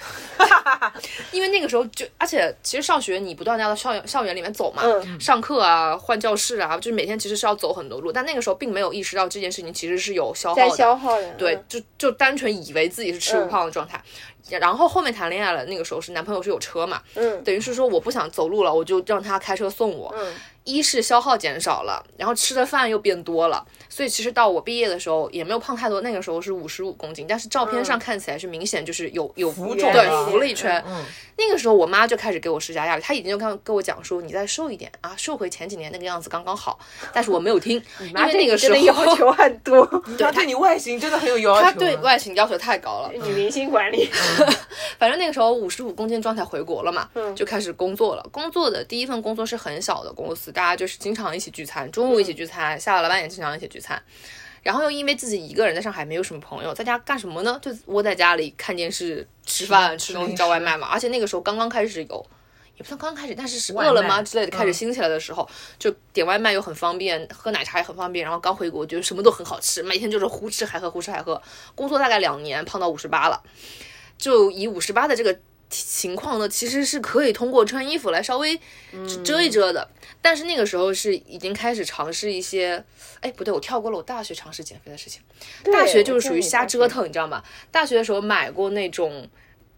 因为那个时候就，而且其实上学你不断地要到校园校园里面走嘛，嗯上课啊，换教室啊，就是每天其实是要走很多路，但那个时候并没有意识到这件事情其实是有消在耗的，消耗的，对嗯，，就就单纯以为自己是吃不胖的状态。然后后面谈恋爱了，那个时候是男朋友是有车嘛，嗯等于是说我不想走路了，我就让他开车送我。嗯一是消耗减少了，然后吃的饭又变多了，所以其实到我毕业的时候也没有胖太多，那个时候是五十五公斤，但是照片上看起来是明显就是有有浮嗯肿对了浮了一圈。嗯，那个时候我妈就开始给我施加压力，她已经就跟跟我讲说你再瘦一点啊，瘦回前几年那个样子刚刚好，但是我没 有听，因为那个时啊真的要候。求很多， 他对你外形真的很有要求啊。她对外形要求太高了，女明星管 理，反正那个时候五十五公斤状态回国了嘛，就开始工作了。工作的第一份工作是很小的公司，大家就是经常一起聚餐，中午一起聚餐，下了班也经常一起聚餐。然后又因为自己一个人在上海没有什么朋友，在家干什么呢？就窝在家里看电视、吃饭、吃东西、叫外卖嘛。而且那个时候刚刚开始有，也不算刚开始，但是是外卖饿了么之类的开始嗯兴起来的时候，就点外卖又很方便，喝奶茶也很方便。然后刚回国，觉得什么都很好吃，每天就是胡吃海喝，胡吃海喝。工作大概两年，胖到五十八了。就以五十八的这个情况呢，其实是可以通过穿衣服来稍微遮一遮的。但是那个时候是已经开始尝试一些，哎，不对，我跳过了我大学尝试减肥的事情。大学就是属于瞎折腾，你知道吗？大学的时候买过那种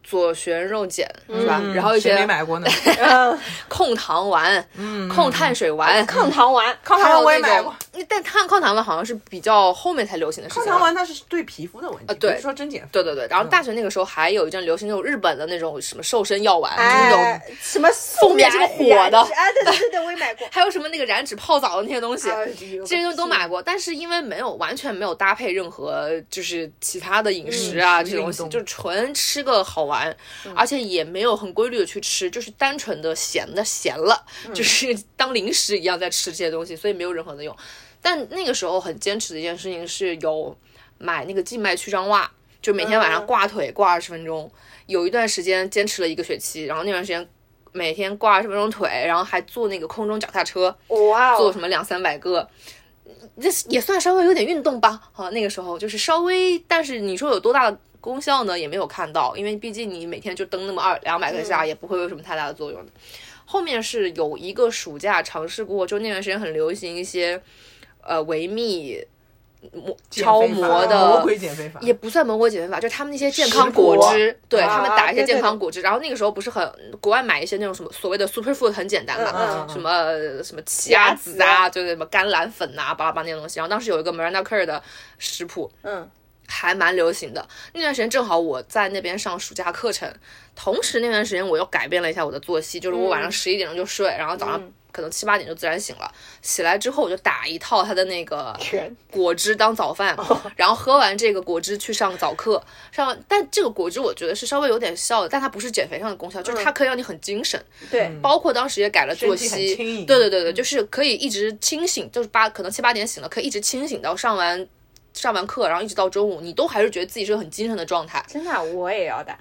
左旋肉碱，是吧？嗯然后一谁没些买 过呢？腾。控糖丸、控碳水丸、嗯抗糖丸，康还有我也那买种过，但抗抗糖丸好像是比较后面才流行的事抗情糖了。丸嗯它是对皮肤的问题，啊对不是说真减肥。对对对，然后大学那个时候还有一阵流行那种日本的那种什么瘦身药丸，就是那哎种，什么封面是个火的哎，对对对对，我也买过 。还有什么那个染指泡澡的那些东西，哎呦这些东西都买过，但是因为没有完全没有搭配任何就是其他的饮食啊、嗯这些东西运，动就纯吃个好玩，而且也没有很规律的去吃，就是单纯的咸的咸了，就是 当零食一样在吃这些东西，所以没有任何的用。但那个时候很坚持的一件事情是有买那个静脉曲张袜，就每天晚上挂腿挂二十分钟，有一段时间坚持了一个学期，然后那段时间。每天挂二十分钟腿，然后还做那个空中脚踏车，哇做哦什，么两三百个，这也算稍微有点运动吧。好，那个时候就是稍微，但是你说有多大的功效呢，也没有看到，因为毕竟你每天就蹬那么二两百个下，也不会有什么太大的作用的。后面是有一个暑假尝试过，就那段时间很流行一些，呃，维密魔减超肥法模魔的鬼减肥法，也不算魔鬼减肥法，就是他们那些健食康果谱汁，对、啊他们打一些对对健康果汁。然后那个时候不是很国外买一些那种什么所谓的 super food 很简单嘛，嗯嗯什么呃什么奇亚籽啊，就是什么甘蓝粉呐、巴拉巴拉那些东西。然后当时有一个 Miranda Kerr 的食谱，嗯，还蛮流行的。那段时间正好我在那边上暑假课程，同时那段时间我又改变了一下我的作息，就是我晚嗯上十一点钟就睡，然后早上可能七八点就自然醒了。起来之后我就打一套他的那个全果汁当早饭，哦然后喝完这个果汁去上早课，上但这个果汁我觉得是稍微有点效的，但它不是减肥上的功嗯效，就是它可以让你很精神，对，包括当时也改了作身体息，很轻盈对对对对，就是可以一直清醒，就是八可能七八点醒了，可以一直清醒到上完上完课，然后一直到中午，你都还是觉得自己是个很精神的状态。真的啊我也要打。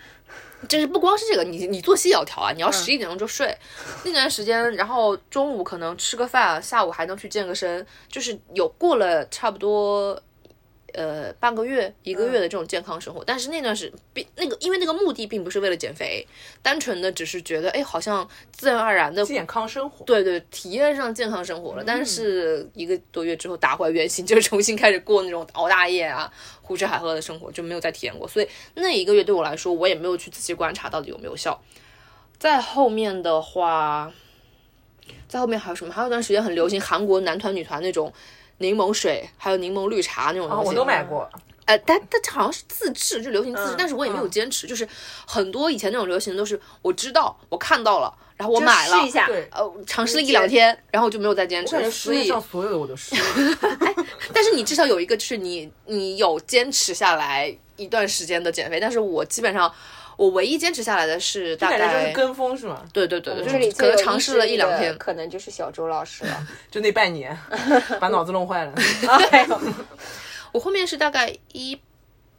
就是不光是这个，你你作息也要调啊，你要十一点钟就睡，那段时间，然后中午可能吃个饭，啊下午还能去健个身，就是有过了差不多。呃，半个月、一个月的这种健康生活，但是那段时并那个，因为那个目的并不是为了减肥，单纯的只是觉得，哎，好像自然而然的健康生活。对对，体验上健康生活了，嗯但是一个多月之后打回原形，就是重新开始过那种熬大夜啊、胡吃海喝的生活，就没有再体验过。所以那一个月对我来说，我也没有去仔细观察到底有没有效。在后面的话，在后面还有什么？还有一段时间很流行韩国男团、女团那种柠檬水，还有柠檬绿茶那种东啊，哦西。我都买过，呃，但但好像是自制，就流行自制，嗯但是我也没有坚持。就是很多以前那种流行的都是我知道，我看到了，然后我就买了，试一下对。呃，尝试了一两天，然后就没有再坚我感持。觉市所面以上，所有的我都试，但是你至少有一个，就是你你有坚持下来一段时间的减肥。但是我基本上，我唯一坚持下来的是 大感觉就是概，跟风是吗？对对对对，这里可最有能尝试了意志力一两的天。可能就是小周老师了。 就那半 年，把脑子弄坏了。啊哎呦，我后面是大概一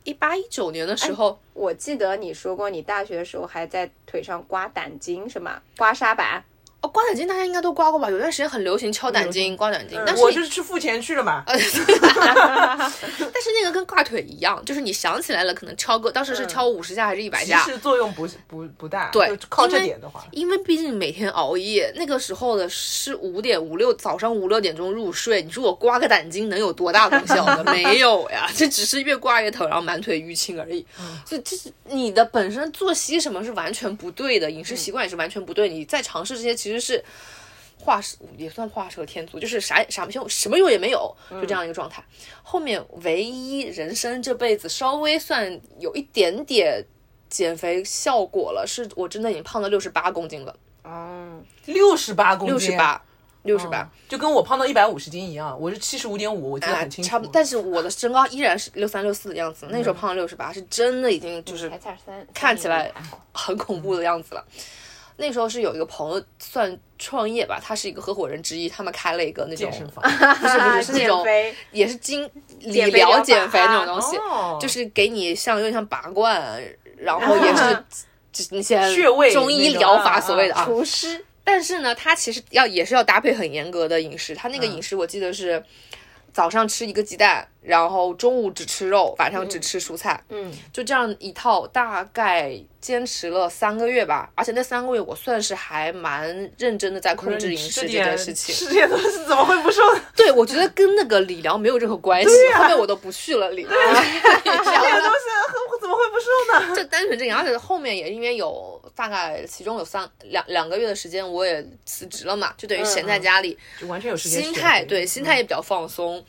一八一九年的哎时候，我记得你说过，你大学的时候还在腿上刮胆经是吗？刮痧板。哦，刮胆经大家应该都刮过吧？有段时间很流行敲胆经、刮胆经，但嗯是我 就是去付钱去了呃嘛，但是那个跟挂腿一样，就是你想起来了，可能敲个当时是敲五十下还是一嗯百其下，实作用不不不大。对就靠因这为点的话，因为毕竟每天熬夜，那个时候的是五点五六早上五六点钟入睡，你说我刮个胆经能有多大功效呢？没有呀，这只是越刮越疼，然后满腿淤青而已。所以这是你的本身作息什么是完全不对的，饮食习惯也是完全不对，你再尝试这些其实是。画蛇也算画蛇添足，就是啥也啥用什么用也没有，就这样一个状态。后面唯一人生这辈子稍微算有一点点减肥效果了，是我真的已经胖到六十八公斤了，哦嗯，六十八公斤，啊六十八，六十八，就跟我胖到一百五十斤一样，我是七十五点五，我记得哎哦很清楚。嗯差不多。但是我的身高依然是六三六四的样子，那时候胖到六十八，是真的已经就是才三十啊三，看起来很恐怖的样子了。那时候是有一个朋友算创业吧，他是一个合伙人之一，他们开了一个那种健身房，不是不是那啊减种肥也是经理减肥疗疗法减肥那种东西，哦 就是给你像有点像拔罐，然后也是啊就是那些穴位中医那种疗啊法啊所谓的啊，厨师。但是呢，它其实要也是要搭配很严格的饮食。它那个嗯饮食我记得是早上吃一个鸡蛋，然后中午只吃肉，晚上只吃蔬菜，嗯，就这样一套，大概坚持了三个月吧。而且那三个月我算是还蛮认真的在控制饮食这件事啊情。吃这些东西怎么会不瘦 呢？对，我觉得跟那个理疗没有任何关系。啊后面我都不去了理疗。 这个东西怎么会不瘦呢？ 就单纯这个，而且后面也因为有大概其中有三两两个月的时间，我也辞职了嘛，就等于闲嗯在家里，就完全有时间学心习。态对嗯心态也比较放松。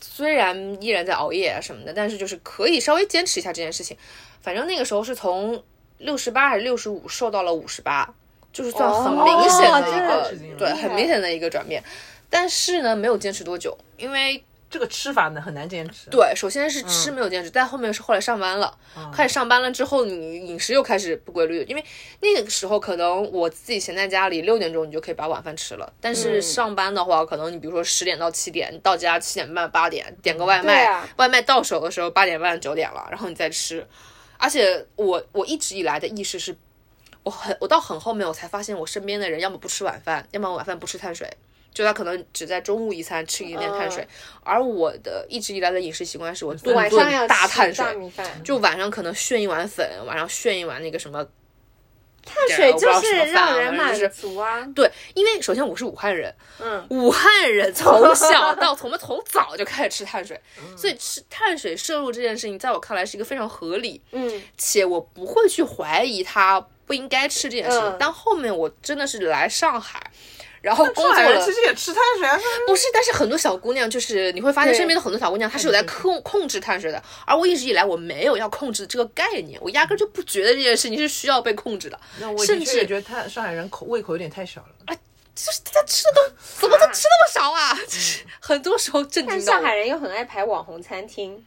虽然依然在熬夜啊什么的，但是就是可以稍微坚持一下这件事情。反正那个时候是从六十八还是六十五瘦到了五十八，就是算很哦明显的这一个个、是这样对厉害很明显的一个转变。但是呢，没有坚持多久，因为这个吃法呢很难坚持。对，首先嗯是吃没有坚持，但后面是后来上班了，开始上班了之后，你饮食又开始不规律，因为那个时候可能我自己闲在家里，六点钟你就可以把晚饭吃了，但是嗯上班的话，可能你比如说十点到七点，你到家七点半八点点个外对卖，啊外卖到手的时候八点半九点了，然后你再吃，而且我我一直以来的意识是。我很，我到很后面我才发现，我身边的人要么不吃晚饭，要么晚饭不吃碳水，就他可能只在中午一餐吃一点点嗯碳水，而我的一直以来的饮食习惯是我顿晚上要吃顿大碳水大，米饭，就晚上可能炫一碗粉，晚上炫一碗那个什么。碳对水我不知就道什是么饭啊让人满就是足啊。对，因为首先我是武汉人，嗯，武汉人从小到从从早就开始吃碳水，所以吃碳水摄入这件事情，在我看来是一个非常合理，嗯，且我不会去怀疑他不应该吃这件事情。嗯但后面我真的是来上海，然后工上作海人了其，实也吃碳水啊，是不是，但是很多小姑娘就是你会发现对身边的很多小姑娘，她是有在控控制碳水的，而我一直以来我没有要控制这个概念，我压根儿就不觉得这件事情是需要被控制的，那我甚的确至也觉得他上海人口胃口有点太小了。就是大家吃的都怎么都吃那么少啊？ 就是很多时候震但惊到上海我。嗯人又很爱排网红餐厅，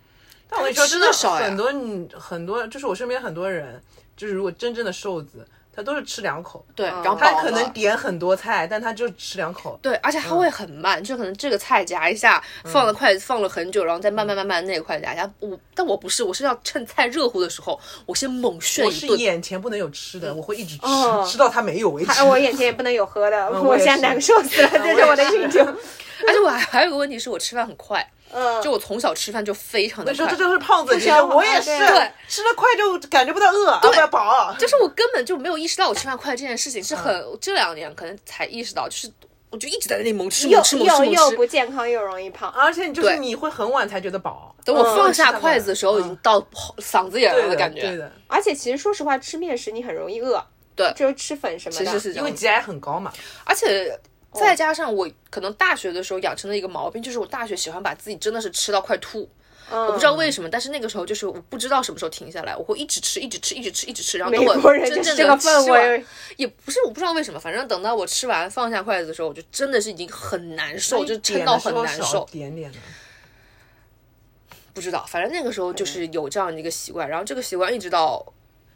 但我跟你说，哎吃真得的少呀很多你很多，就是我身边很多人，就是如果真正的瘦子，他都是吃两口，对，嗯然后他饱可了能点很多菜，但他就吃两口。对，而且它会很慢，就可能这个菜夹一下，放了筷子放了很久，然后再慢慢慢慢那个筷子夹一下。我但我不是，我是要趁菜热乎的时候，我先猛炫我一是顿。嗯眼前不能有吃的，我会一直吃哦，吃到他没有为止。还我眼前也不能有喝的， 嗯我我也现在是难受死了，这是我的运动。而且我还还有个问题是我吃饭很快，嗯，就我从小吃饭就非常的你说快这。就是胖子，你要说我也是对，吃的快就感觉不到饿，啊不要饱。就是我根本就没有意识到我吃饭快这件事嗯情，是很、这两年可能才意识到，就是我就一直在那里猛吃猛又吃猛又吃猛又不吃。健康又容易胖，而且你就是对你会很晚才觉得饱，等我嗯放下筷子的时候，已经到嗓子眼对了的，感觉。哎对的，而且其实说实话，吃面食你很容易饿，对就是吃粉什么其的，实是因这样为子， GI 很高嘛。而且哦再加上我可能大学的时候养成的一个毛病，就是我大学喜欢把自己真的是吃到快吐。我嗯不知道为什么，但是那个时候就是我不知道什么时候停下来，我会一直吃，一直吃，一直吃，一直吃，然后美等我国人真就是正这个的吃氛完，围，也不是我不知道为什么，反正等到我吃完放下筷子的时候，我就真的是已经很难受，就撑点到的时很候难少受。点点的。不知道，反正那个时候嗯就是有这样的一个习惯，然后这个习惯一直到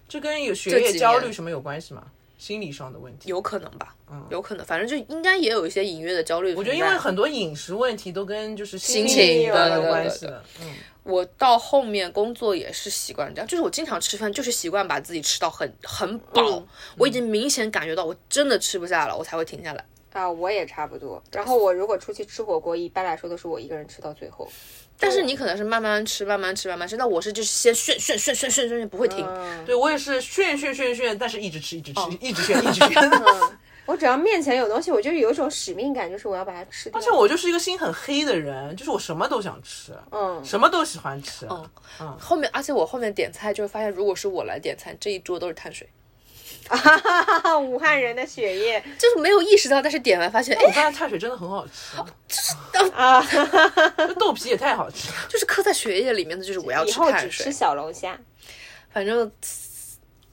这跟有学这几业焦虑年什么有关系吗？心理上的问题。有可能吧，有可能，反正就应该也有一些隐约的焦虑存嗯在。我觉得因为很多饮食问题都跟就是心心情理有对对对关系的。嗯，我到后面工作也是习惯这样，就是我经常吃饭，就是习惯把自己吃到很很饱，嗯我已经明显感觉到我真的吃不下了，我才会停下来。啊，我也差不多。然后我如果出去吃火锅，一般来说都是我一个人吃到最后。但是你可能是慢慢吃，慢慢吃，慢慢吃。那我是就是先炫炫炫炫炫炫，炫不会停。嗯，对我也是炫炫炫炫，但是一直吃一直吃哦一直炫一 直炫。我只要面前有东西，我就有一种使命感，就是我要把它吃掉。而且我就是一个心很黑的人，就是我什么都想吃，嗯哦什么都喜欢吃。后面，而且我后面点菜就会发现，如果是我来点菜，这一桌都是碳水，啊，武汉人的血液就是没有意识到，但是点完发现，我哎，发现碳水真的很好吃，哦 啊，这豆皮也太好吃了。就是刻在血液里面的，就是我要以吃后碳只水吃。小龙虾。反正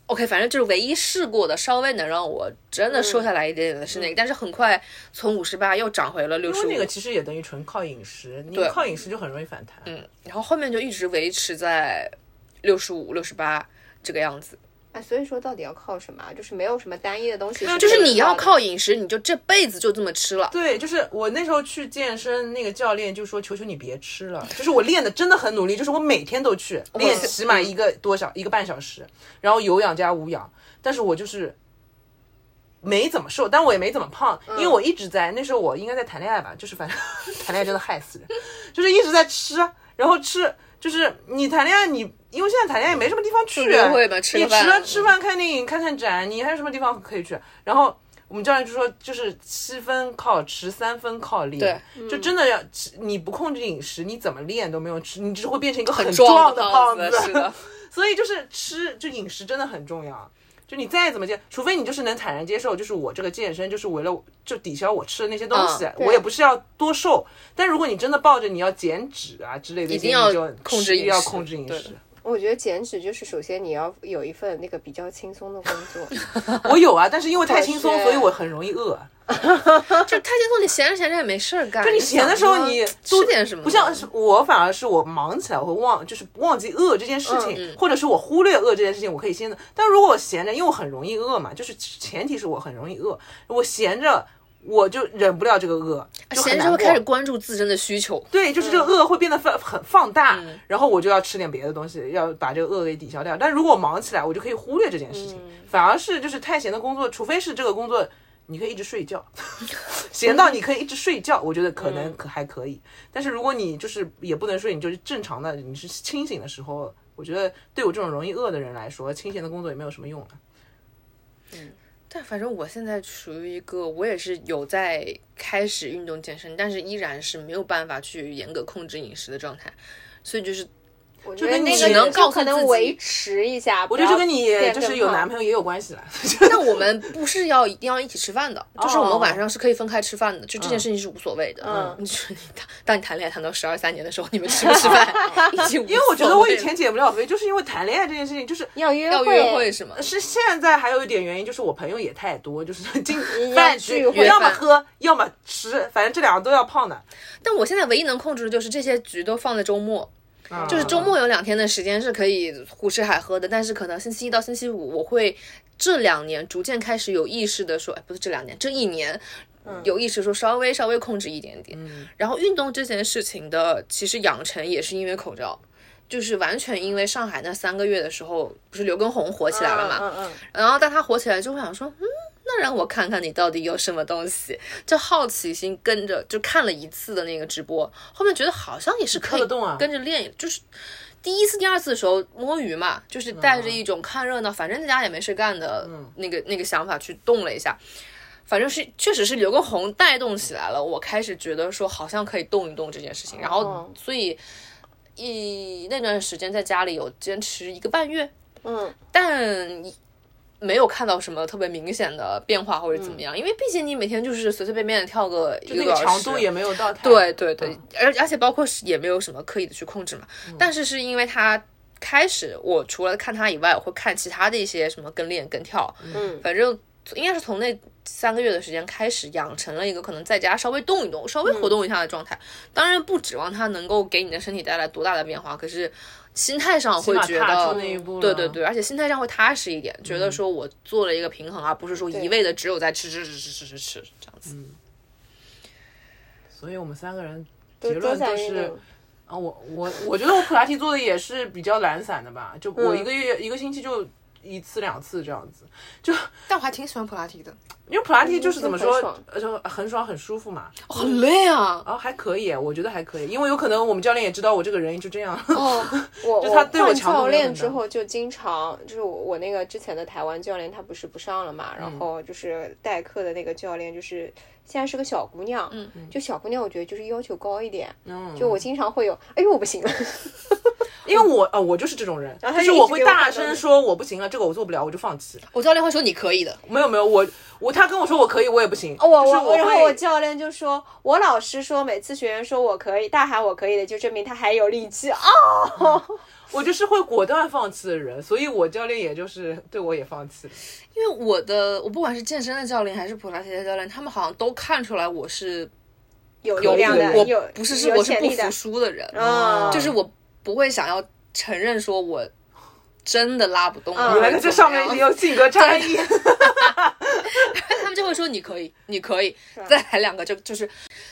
，OK，反正就是唯一试过的，稍微能让我真的嗯瘦下来一点点的是那个，但是很快从五十八又涨回了六因十为那个五，其实也等于纯靠饮食，你对靠饮食就很容易反弹。嗯，然后后面就一直维持在六十五、六十八这个样子。啊，所以说到底要靠什么啊？就是没有什么单一的东啊西可以的，就是你要靠饮食，你就这辈子就这么吃了。对，就是我那时候去健身，那个教练就说：“求求你别吃了。”就是我练的真的很努力，就是我每天都去练，起码一个多小一个半小时，然后有氧加无氧。但是我就是没怎么瘦，但我也没怎么胖，嗯因为我一直在那时候我应该在谈恋爱吧，就是反正 谈恋爱真的害死人，就是一直在吃，然后吃。就是你谈恋爱，你因为现在谈恋爱也没什么地方去，约会嘛吃你个饭除了吃饭、看电影、看看展，你还有什么地方可以去？然后我们教练就说，就是七分靠吃，三分靠练。对，就真的要吃你不控制饮食，你怎么练都没有吃，你只会变成一个很壮的胖子。 是的，所以就是吃，就饮食真的很重要。就你再怎么健，除非你就是能坦然接受，就是我这个健身就是为了就抵消我吃的那些东西，嗯对我也不是要多瘦。但如果你真的抱着你要减脂啊之类的，一一定要控制饮要食控制饮对食。我觉得减脂就是首先你要有一份那个比较轻松的工作， 我有啊，但是因为太轻松，是所以我很容易饿。就太轻松，你闲着闲着也没事儿干。就你闲的时候，想你说肚吃点什么？不像是我，反而是我忙起来，我会忘，就是忘记饿这件事情，嗯或者是我忽略饿这件事情，我可以先。但如果我闲着，因为我很容易饿嘛，就是前提是我很容易饿，我闲着我就忍不了这个饿，就很闲着难会过。开始关注自身的需求。对，就是这个饿会变得放很放大，然后我就要吃点别的东西，要把这个饿给抵消掉。但如果我忙起来，我就可以忽略这件事情，反而是就是太闲的工作，除非是这个工作。你可以一直睡觉， 闲到你可以一直睡觉，我觉得可能可还可以。但是如果你就是也不能睡，你就是正常的，你是清醒的时候，我觉得对我这种容易饿的人来说，清闲的工作也没有什么用啊了。但反正我现在属于一个，我也是有在开始运动健身，但是依然是没有办法去严格控制饮食的状态，所以就是我觉就得跟那你个只能就告诉可自能己维持一下。我我觉得这跟你就是有男友，朋友也有关系了。 但我们不是要一定要一起吃饭的，就是我们晚上是可以分开吃饭的，就哦这件事情是无所谓的。嗯你说你当当你谈恋爱谈到十二三年的时候，你们吃不吃 饭已经无所谓了，因因为我觉得我以前减哦不了肥，就是因为谈恋爱这件事情，就是要约要约会是吗？是现在还有一点原因，就是我朋友也太多，就是进要饭聚局，会要么饭喝，要么吃，反正这两个都要胖的。但我现在唯一能控制的就是这些局都放在周末，嗯就是周嗯末有两天的时间是可以胡吃海喝的，但是可能星期一到星期五，我会这两年逐渐开始有意识的说，哎，不是这两年，这一年。嗯有意识说稍微稍微控制一点点，然后运动这件事情的其实养成也是因为口罩，就是完全因为上海那三个月的时候，不是刘畊宏火起来了嘛，嗯嗯然后当他火起来之后，我想说，嗯，那让我看看你到底有什么东西，就好奇心跟着就看了一次的那个直播，后面觉得好像也是可看以得动啊跟着练，就是。第一次、第二次的时候摸鱼嘛，就是带嗯着一种看热闹，反正在家也没事干的那个、那个想法去动了一下，反正是确实是刘畊宏带动起来了，我开始觉得说好像可以动一动这件事情，然后哦所以一那段时间在家里有坚持一个半月，嗯，但没有看到什么特别明显的变化或者怎么样，因为毕竟你每天就是随随便便的跳个一嗯就那多个小长时，度也没有到太。对对对，而、而且包括是也没有什么刻意的去控制嘛，但是是因为他。开始我除了看他以外，我会看其他的一些什么跟练跟跳，嗯，反正应该是从那三个月的时间开始，养成了一个可能在家稍微动一动、稍微活动一下的状态。当然不指望它能够给你的身体带来多大的变化，可是心态上会码觉踏得出那一步了对对对，而且心态上会踏实一点，觉得说我做了一个平衡，而不是说一味的只有在吃吃吃吃吃吃吃这样子。所以我们三个人都结都论在就运是动。啊，我我我觉得我普拉提做的也是比较懒散的吧，就我一个月一个星期就一次两次这样子，但我还挺喜欢普拉提的，因为普拉提就是怎么就说很爽，呃就很爽很舒服嘛。好累啊！啊，还可以，我觉得还可以，因为有可能我们教练也知道我这个人就这样。 哦，我就他对我换强度没教有练很之大后就经常就是我我那个之前的台湾教练他不是不上了嘛，然嗯后就是代课的那个教练就是现在是个小姑娘，嗯，就小姑娘我觉得就是要求高一点，嗯，就我经常会有哎呦我不行了，因为我啊、我就是这种人，然后就他是就一我直会给我大看东声西说我不行了，这个我做不了，我就放弃。我教练会说你可以的，没有没有，我我他跟我说我可以，我也不行。哦我就是我然后我会教练就说，我老师说每次学员说我可以，大喊我可以的，就证明他还有力气啊。我就是会果断放弃的人，所以我教练也就是对我也放 弃了。因为我的我不管是健身的教练还是普拉提的教练，他们好像都看出来我是有有力量的，我有不是是有我是潜不力的服，输的人，嗯，就是我不会想要承认说我真的拉不动。嗯原来在这上面也有性格差异，他们就会说你可以，你可以，啊再来两个就就是，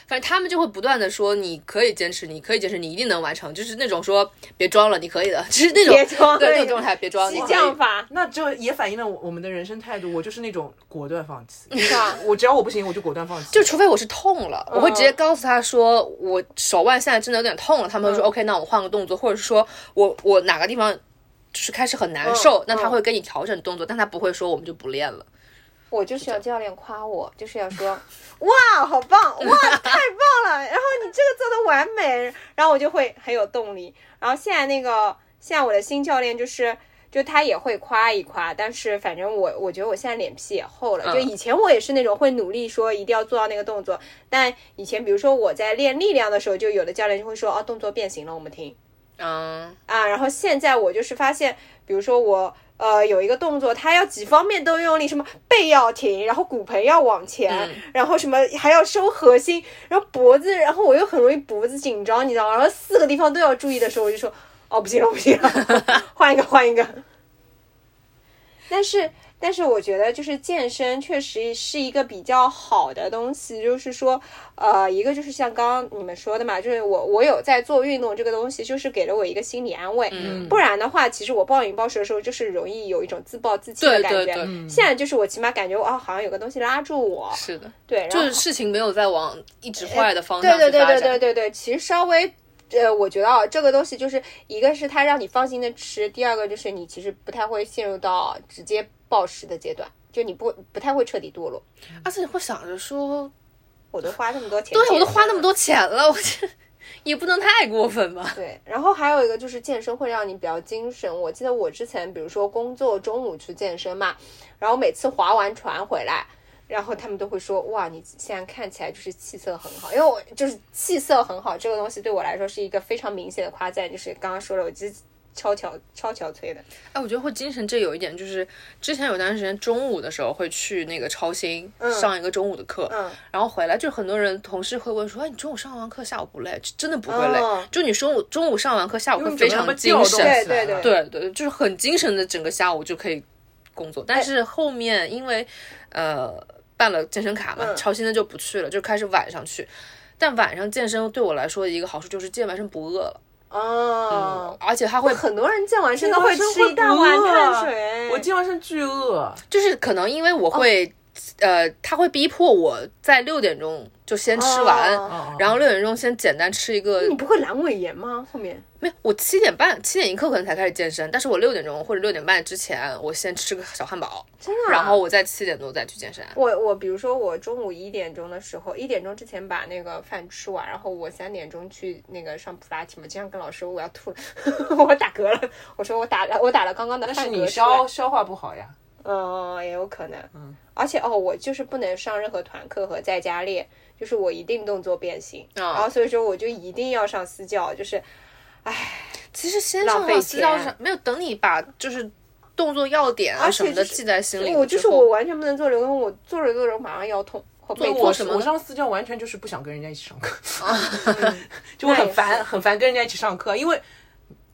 反正他们就会不断的说你可以坚持，你可以坚持，你一定能完成，就是那种说别装了，你可以的，就是那种别装对对那种状态，别装，激你可以将法 那这也反映了我们的人生态度。我就是那种果断放弃，是啊吧？我只要我不行，我就果断放弃。就除非我是痛了，我会直接告诉他说我手腕现在真的有点痛了，他们会说、OK，那我换个动作，或者是说我我哪个地方就是开始很难受，那他会跟你调整动作，但他不会说我们就不练了。我就是要教练夸我，就是要说哇，好棒，哇，太棒了，然后你这个做的完美，然后我就会很有动力。然后现在那个，现在我的新教练就是。就他也会夸一夸，但是反正我我觉得我现在脸皮也厚了。就以前我也是那种会努力说一定要做到那个动作，但以前比如说我在练力量的时候，就有的教练就会说哦动作变形了，我们停嗯，啊。然后现在我就是发现，比如说我呃有一个动作，它要几方面都用力，什么背要挺，然后骨盆要往前，然后什么还要收核心，然后脖子，然后我又很容易脖子紧张，你知道吗？然后四个地方都要注意的时候，我就说哦不行了不行了， 换一个换一个。但是，但是我觉得就是健身确实是一个比较好的东西，就是说，呃，一个就是像刚刚你们说的嘛，就是我我有在做运动这个东西，就是给了我一个心理安慰。嗯不然的话，其实我暴饮暴食的时候，就是容易有一种自暴自弃的对感觉。对对现在就是我起码感觉啊，好像有个东西拉住我。是的，哎对，然就后是事情没有在往一直坏的方向对对去对发对对展。对对，其实稍微。呃，我觉得啊，这个东西就是一个是它让你放心的吃，第二个就是你其实不太会陷入到直接暴食的阶段，就你不不太会彻底堕落。而且你会想着说，我都花这么多钱，对我都花那么。多钱了，我这也不能太过分吧？对，然后还有一个就是健身会让你比较精神。我记得我之前，比如说工作中午去健身嘛，然后每次划完船回来，然后他们都会说：“哇，你现在看起来就是气色很好。”因为我就是气色很好这个东西对我来说是一个非常明显的夸赞，就是刚刚说了，我就是超憔超憔悴的。哎，我觉得会精神这有一点，就是之前有段时间中午的时候会去那个超星、上一个中午的课，嗯然后回来就是很多人同事会问说，哎，你中午上完课下午不累？真的不会累，哦就你中午中午上完课下午会你整非个人常会精调动神，起来对对对对，就是很精神的整个下午就可以工作，但是后面因为呃办了健身卡嘛，超新的就不去了，就开始晚上去。但晚上健身对我来说的一个好处就是健完身不饿了，哦，而且它会很多人健完身都我会真吃一大不碗饿碳水。我健完身巨饿，就是可能因为哦我会、呃，它会逼迫我在六点钟就先吃完，嗯哦嗯哦然后六点钟先简单吃一个你不会阑尾炎吗？后面没有，我七点半、七点一刻可能才开始健身，但是我六点钟或者六点半之前，我先吃个小汉堡，真的啊、然后我再七点多再去健身。我我比如说我中午一点钟的时候，一点钟之前把那个饭吃完，然后我三点钟去那个上普拉提嘛，经常跟老师我要吐了， 我打嗝了，我说我打了我打了刚刚的但饭是嗝你出来消消化不好呀，嗯，也有可能，嗯，而且哦，我就是不能上任何团课和在家练，就是我一定动作变形，然后所以说我就一定要上私教，就是其实先浪上费好私教钱上，没有等你把就是动作要点啊而什且么的就是记在心里。我就是我，完全不能做流动，我做着做着马上腰痛，后背做痛我什是 么呢我上私教完全就是不想跟人家一起上课，就我那也很烦很烦跟人家一起上课，因为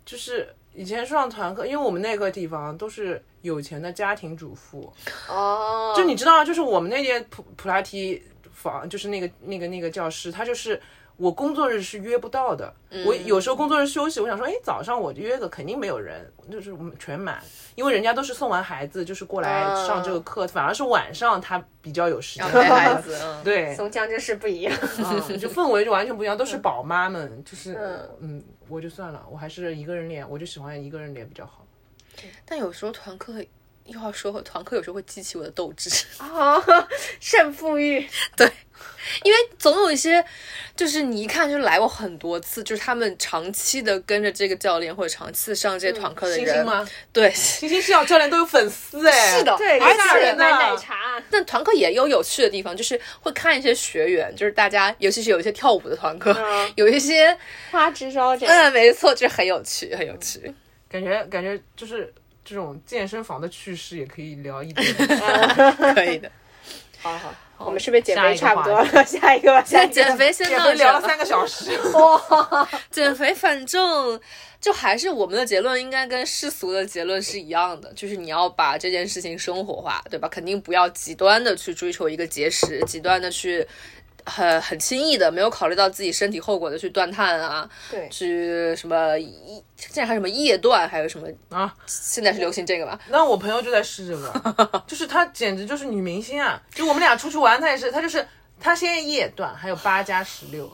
就是以前上团课，因为我们那个地方都是有钱的家庭主 妇，哦，就你知道，啊就是我们那间普普拉提房，就是那个那个那个教室，他就是。我工作日是约不到的，嗯我有时候工作日休息，我想说，哎，早上我约个肯定没有人，就是我们全满，因为人家都是送完孩子就是过来上这个课，反而是晚上他比较有时间嗯陪 孩子，嗯对，松江真是不一样，嗯，就氛围就完全不一样，都嗯是宝妈们，就是嗯嗯，我就算了，我还是一个人练，我就喜欢一个人练比较好。但有时候团课又要说，团课有时候会激起我的斗志，哦，胜负欲，因为总有一些就是你一看就来过很多次，就是他们长期的跟着这个教练或者长期地上这些团课的星嗯人，星吗？ 对， 星星是小教练都有粉丝哎，是的对，而吓且人卖奶呢，茶。但团课也有有趣的地方，就是会看一些学员，就是大家，尤其是有一些跳舞的团课，嗯有一些，花枝招展。 嗯，没错，就是很有趣，很有趣。感觉感觉就是这种健身房的趣事也可以聊一 点。嗯 嗯可以的。哦好好，我们是不是减肥差不多了？ 下一个吧，下 在一个吧。减肥现减在肥聊了三个小时， 减肥，反正就还是我们的结论应该跟世俗的结论是一样的，就是你要把这件事情生活化，对吧？肯定不要极端的去追求一个节食，极端的去。很很轻易的，没有考虑到自己身体后果的去断碳啊，对去什么夜，现在还有什么夜断，还有什么啊？现在是流行这个吧？那我朋友就在试这个，就是她简直就是女明星啊！就我们俩出去玩，她也是，她就是她先夜段，还有八加十六，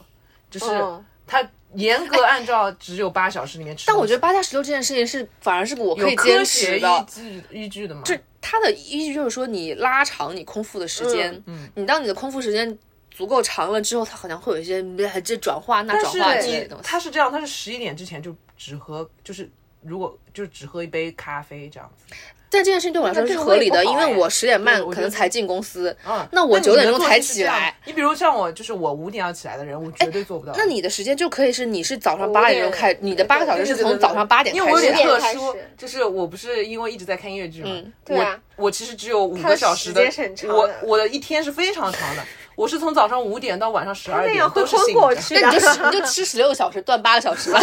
就是嗯她严格按照只有八小时里面吃东西。哦但我觉得八加十六这件事情是，反而是我可以有科坚学持依的。据依据的嘛，就它的依据就是说，你拉长你空腹的时间，嗯你当你的空腹时间足够长了之后，它好像会有一些呃这转化那但转化是之类你的东西。他是这样，他是十一点之前就只喝，就是如果就只喝一杯咖啡这样子，但这件事情对我来说是合理那的，对因胃不好为我十点半对我觉可得能才进公司，嗯，那我你九点的钟作才息是起这样的来。你比如像我，就是我五点要起来的人，我绝对做不到。那你的时间就可以是你是早上五八点点钟开，你的八个小时是从早上八点因为我有点开始点特开殊始，就是我不是因为一直在看音乐剧嘛，嗯对啊我我其实只有五它个的小时的，时间是很长的我我的一天是非常长的，我是从早上五点到晚上十二那点样会都是昏醒过着，去那你就的。吃 你就吃十六个小时，断八个小 时吧，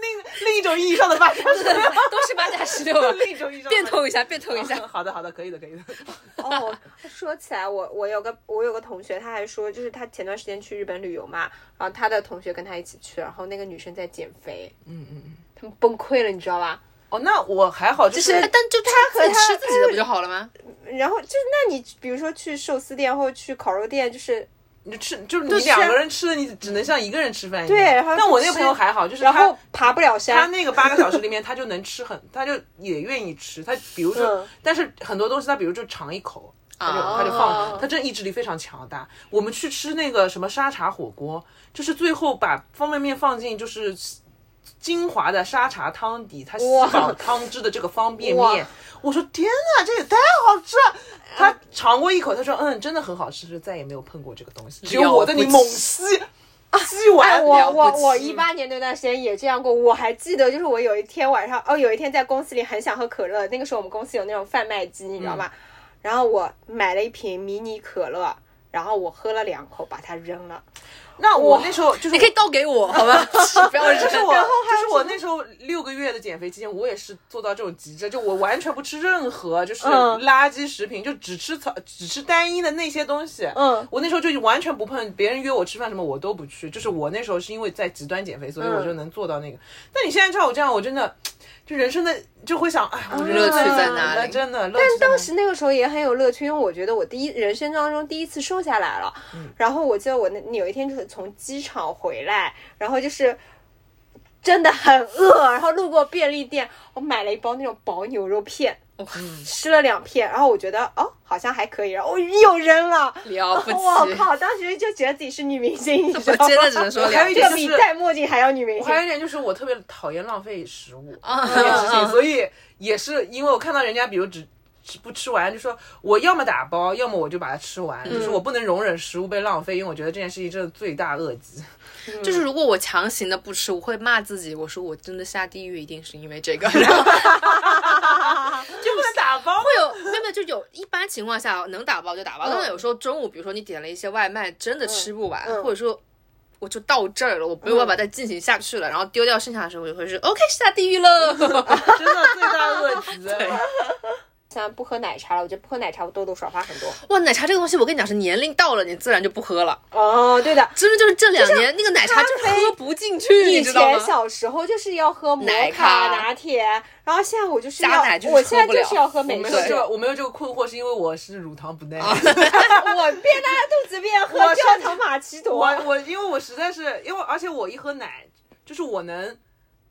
另另一种意义上的八小时， 都是八加十六了。另一种意义上的变通一下，变通 一下。好的好的，可以的可以的。 哦，说起来，我我有个我有个同学，他还说，就是他前段时间去日本旅游嘛，然后他的同学跟他一起去，然后那个女生在减肥，嗯嗯嗯，他们崩溃了，你知道吧？哦，那我还好，就就是哎是，但就他和自己他吃自己的不就好了吗？然后就是，那你比如说去寿司店或者去烤肉店，就是你吃就是就你是两个人吃的，你只能像一个人吃饭一样。对然后但我那就个吃朋友还好，就是然他后爬不了他山，那个八个小时里面，他就能吃很，他就也愿意吃。他比如说，嗯但是很多东西他比如就尝一口，他就、哦他就放，他这意志力非常强大。我们去吃那个什么沙茶火锅，就是最后把方便面放进就是。精华的沙茶汤底，它吸哇饱汤汁的这个方便哇面，我说天哪，这也太好吃了！他尝过一口，他说嗯，真的很好吃，就再也没有碰过这个东西。只有我在你了不起猛吸，吸哎，完我了不我起我一八年那段时间也这样过，我还记得，就是我有一天晚上，哦，有一天在公司里很想喝可乐，那个时候我们公司有那种贩卖机，你知道吧？嗯然后我买了一瓶迷你可乐，然后我喝了两口，把它扔了。那我那时候就是你可以倒给我，好吧？不要就是扔。我，就是我那时候六个月的减肥期间，我也是做到这种极致，就我完全不吃任何就是嗯垃圾食品，就只吃草，只吃单一的那些东西。嗯我那时候就完全不碰，别人约我吃饭什么我都不去。就是我那时候是因为在极端减肥，所以嗯我就能做到那个。那你现在照我这样，我真的就人生的就会想，哎，我人生乐趣在的哪里真的，但嗯但当时那个时候也很有乐趣，因为我觉得我第一人生当中第一次瘦下来了。然后我记得我那有一天就是从机场回来，然后就是真的很饿，然后路过便利店，我买了一包那种薄牛肉片， 吃了两片，然后我觉得哦好像还可以，然后我又扔了。 了不我起！靠！当时就觉得自己是女明星，你知我道吗？真的只 能说还有一这两点就个是比戴墨镜还要女明我星还。有一点就是我特别讨厌浪费食物啊这件事啊情，所以也是因为我看到人家比如只。吃不吃完就说我要么打包，要么我就把它吃完，嗯就是我不能容忍食物被浪费，因为我觉得这件事情真的罪大恶极。就是如果我强行的不吃，我会骂自己，我说我真的下地狱一定是因为 这个。然后会 就不能打包，有没有没有就有一般情况下能打包就打包，当然有时候中午比如说你点了一些外卖，真的吃不完，嗯嗯或者说。我就到这儿了，我没有办法再进行下去了，然后丢掉剩下的时候，我就会是 OK 下地狱 喽。真的罪大恶 极。现在不喝奶茶了，我觉得不喝奶茶我痘痘少发很多。哇，奶茶这个东西，我跟你讲是年龄到了，你自然就不喝了。哦，对的，真的就是这两年那个奶茶就是喝不进去，以 你知道前吗？小时候就是要喝摩奶卡咖拿铁，然后现在我就是加要，奶就是我现在喝不了就是要喝我美没式有这对个，我没有这个困惑，是因为我是乳糖不耐。 啊 我边拉肚子边喝我焦糖玛奇朵。我我因为我实在是因为而且我一喝奶，就是我能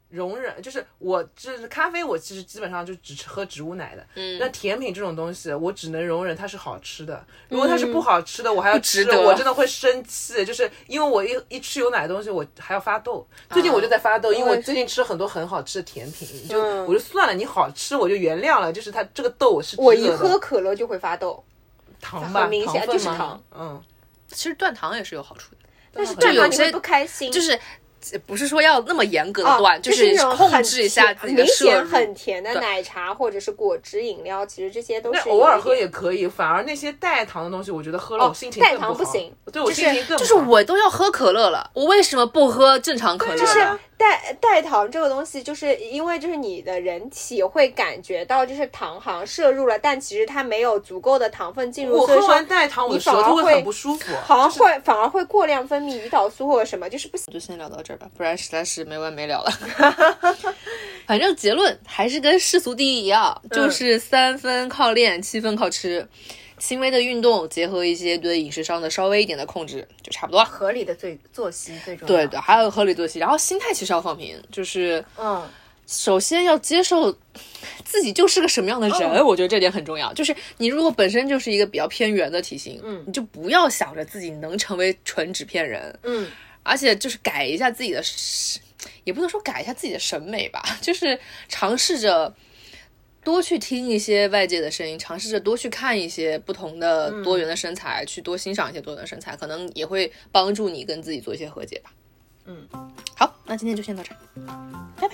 容忍，就是我就是咖啡，我其实基本上就只吃喝植物奶的。嗯，那甜品这种东西，我只能容忍它是好吃的。如果它嗯是不好吃的，我还要吃，不值得我真的会生气。就是因为我一一吃有奶的东西，我还要发痘。啊最近我就在发痘，因为我最近吃了很多很好吃的甜品，就嗯我就算了，你好吃我就原谅了。就是它这个痘我是我值一得的喝可乐就会发 痘，糖吧，很明显糖分就是吗糖，嗯，其实断糖也是有好处的，但是就正有常你些会不开心，就是不是说要那么严格啊的断，就是那种控很制一下甜自己的明摄显入。很甜的对奶茶或者是果汁饮料，其实这些都那是偶尔喝有一也点。可以，反而那些代糖的东西，我觉得喝了哦我心情更代糖不不好行，对我心情更就是我都要喝可乐了，我为什么不喝正常可乐呢？就啊就是代代糖这个东西，就是因为就是你的人体会感觉到就是糖行摄入了，但其实它没有足够的糖分进入，我所以喝说完代糖，我的舌头你反而会很不舒服。好像会反而会过量分泌胰岛素或者什么，就是不行。就先聊到这儿吧，不然实在是没完没了 了。反正结论还是跟世俗第一一样，嗯就是三分靠练，七分靠吃。轻微的运动结合一些对饮食上的稍微一点的控制，就差不多了。合理的最作息最重要。对的，，还有合理作息，然后心态其实要放平，就是嗯，首先要接受自己就是个什么样的人，我觉得这点很重要。就是你如果本身就是一个比较偏圆的体型，嗯，你就不要想着自己能成为纯纸片人，嗯，而且就是改一下自己的是也不能说改一下自己的审美吧， 就是尝试着多去听一些外界的声音，尝试着多去看一些不同的多元的身材，去多欣赏一些多元的身材，可能也会帮助你跟自己做一些和解吧。嗯，好，那今天就先到这儿，拜拜。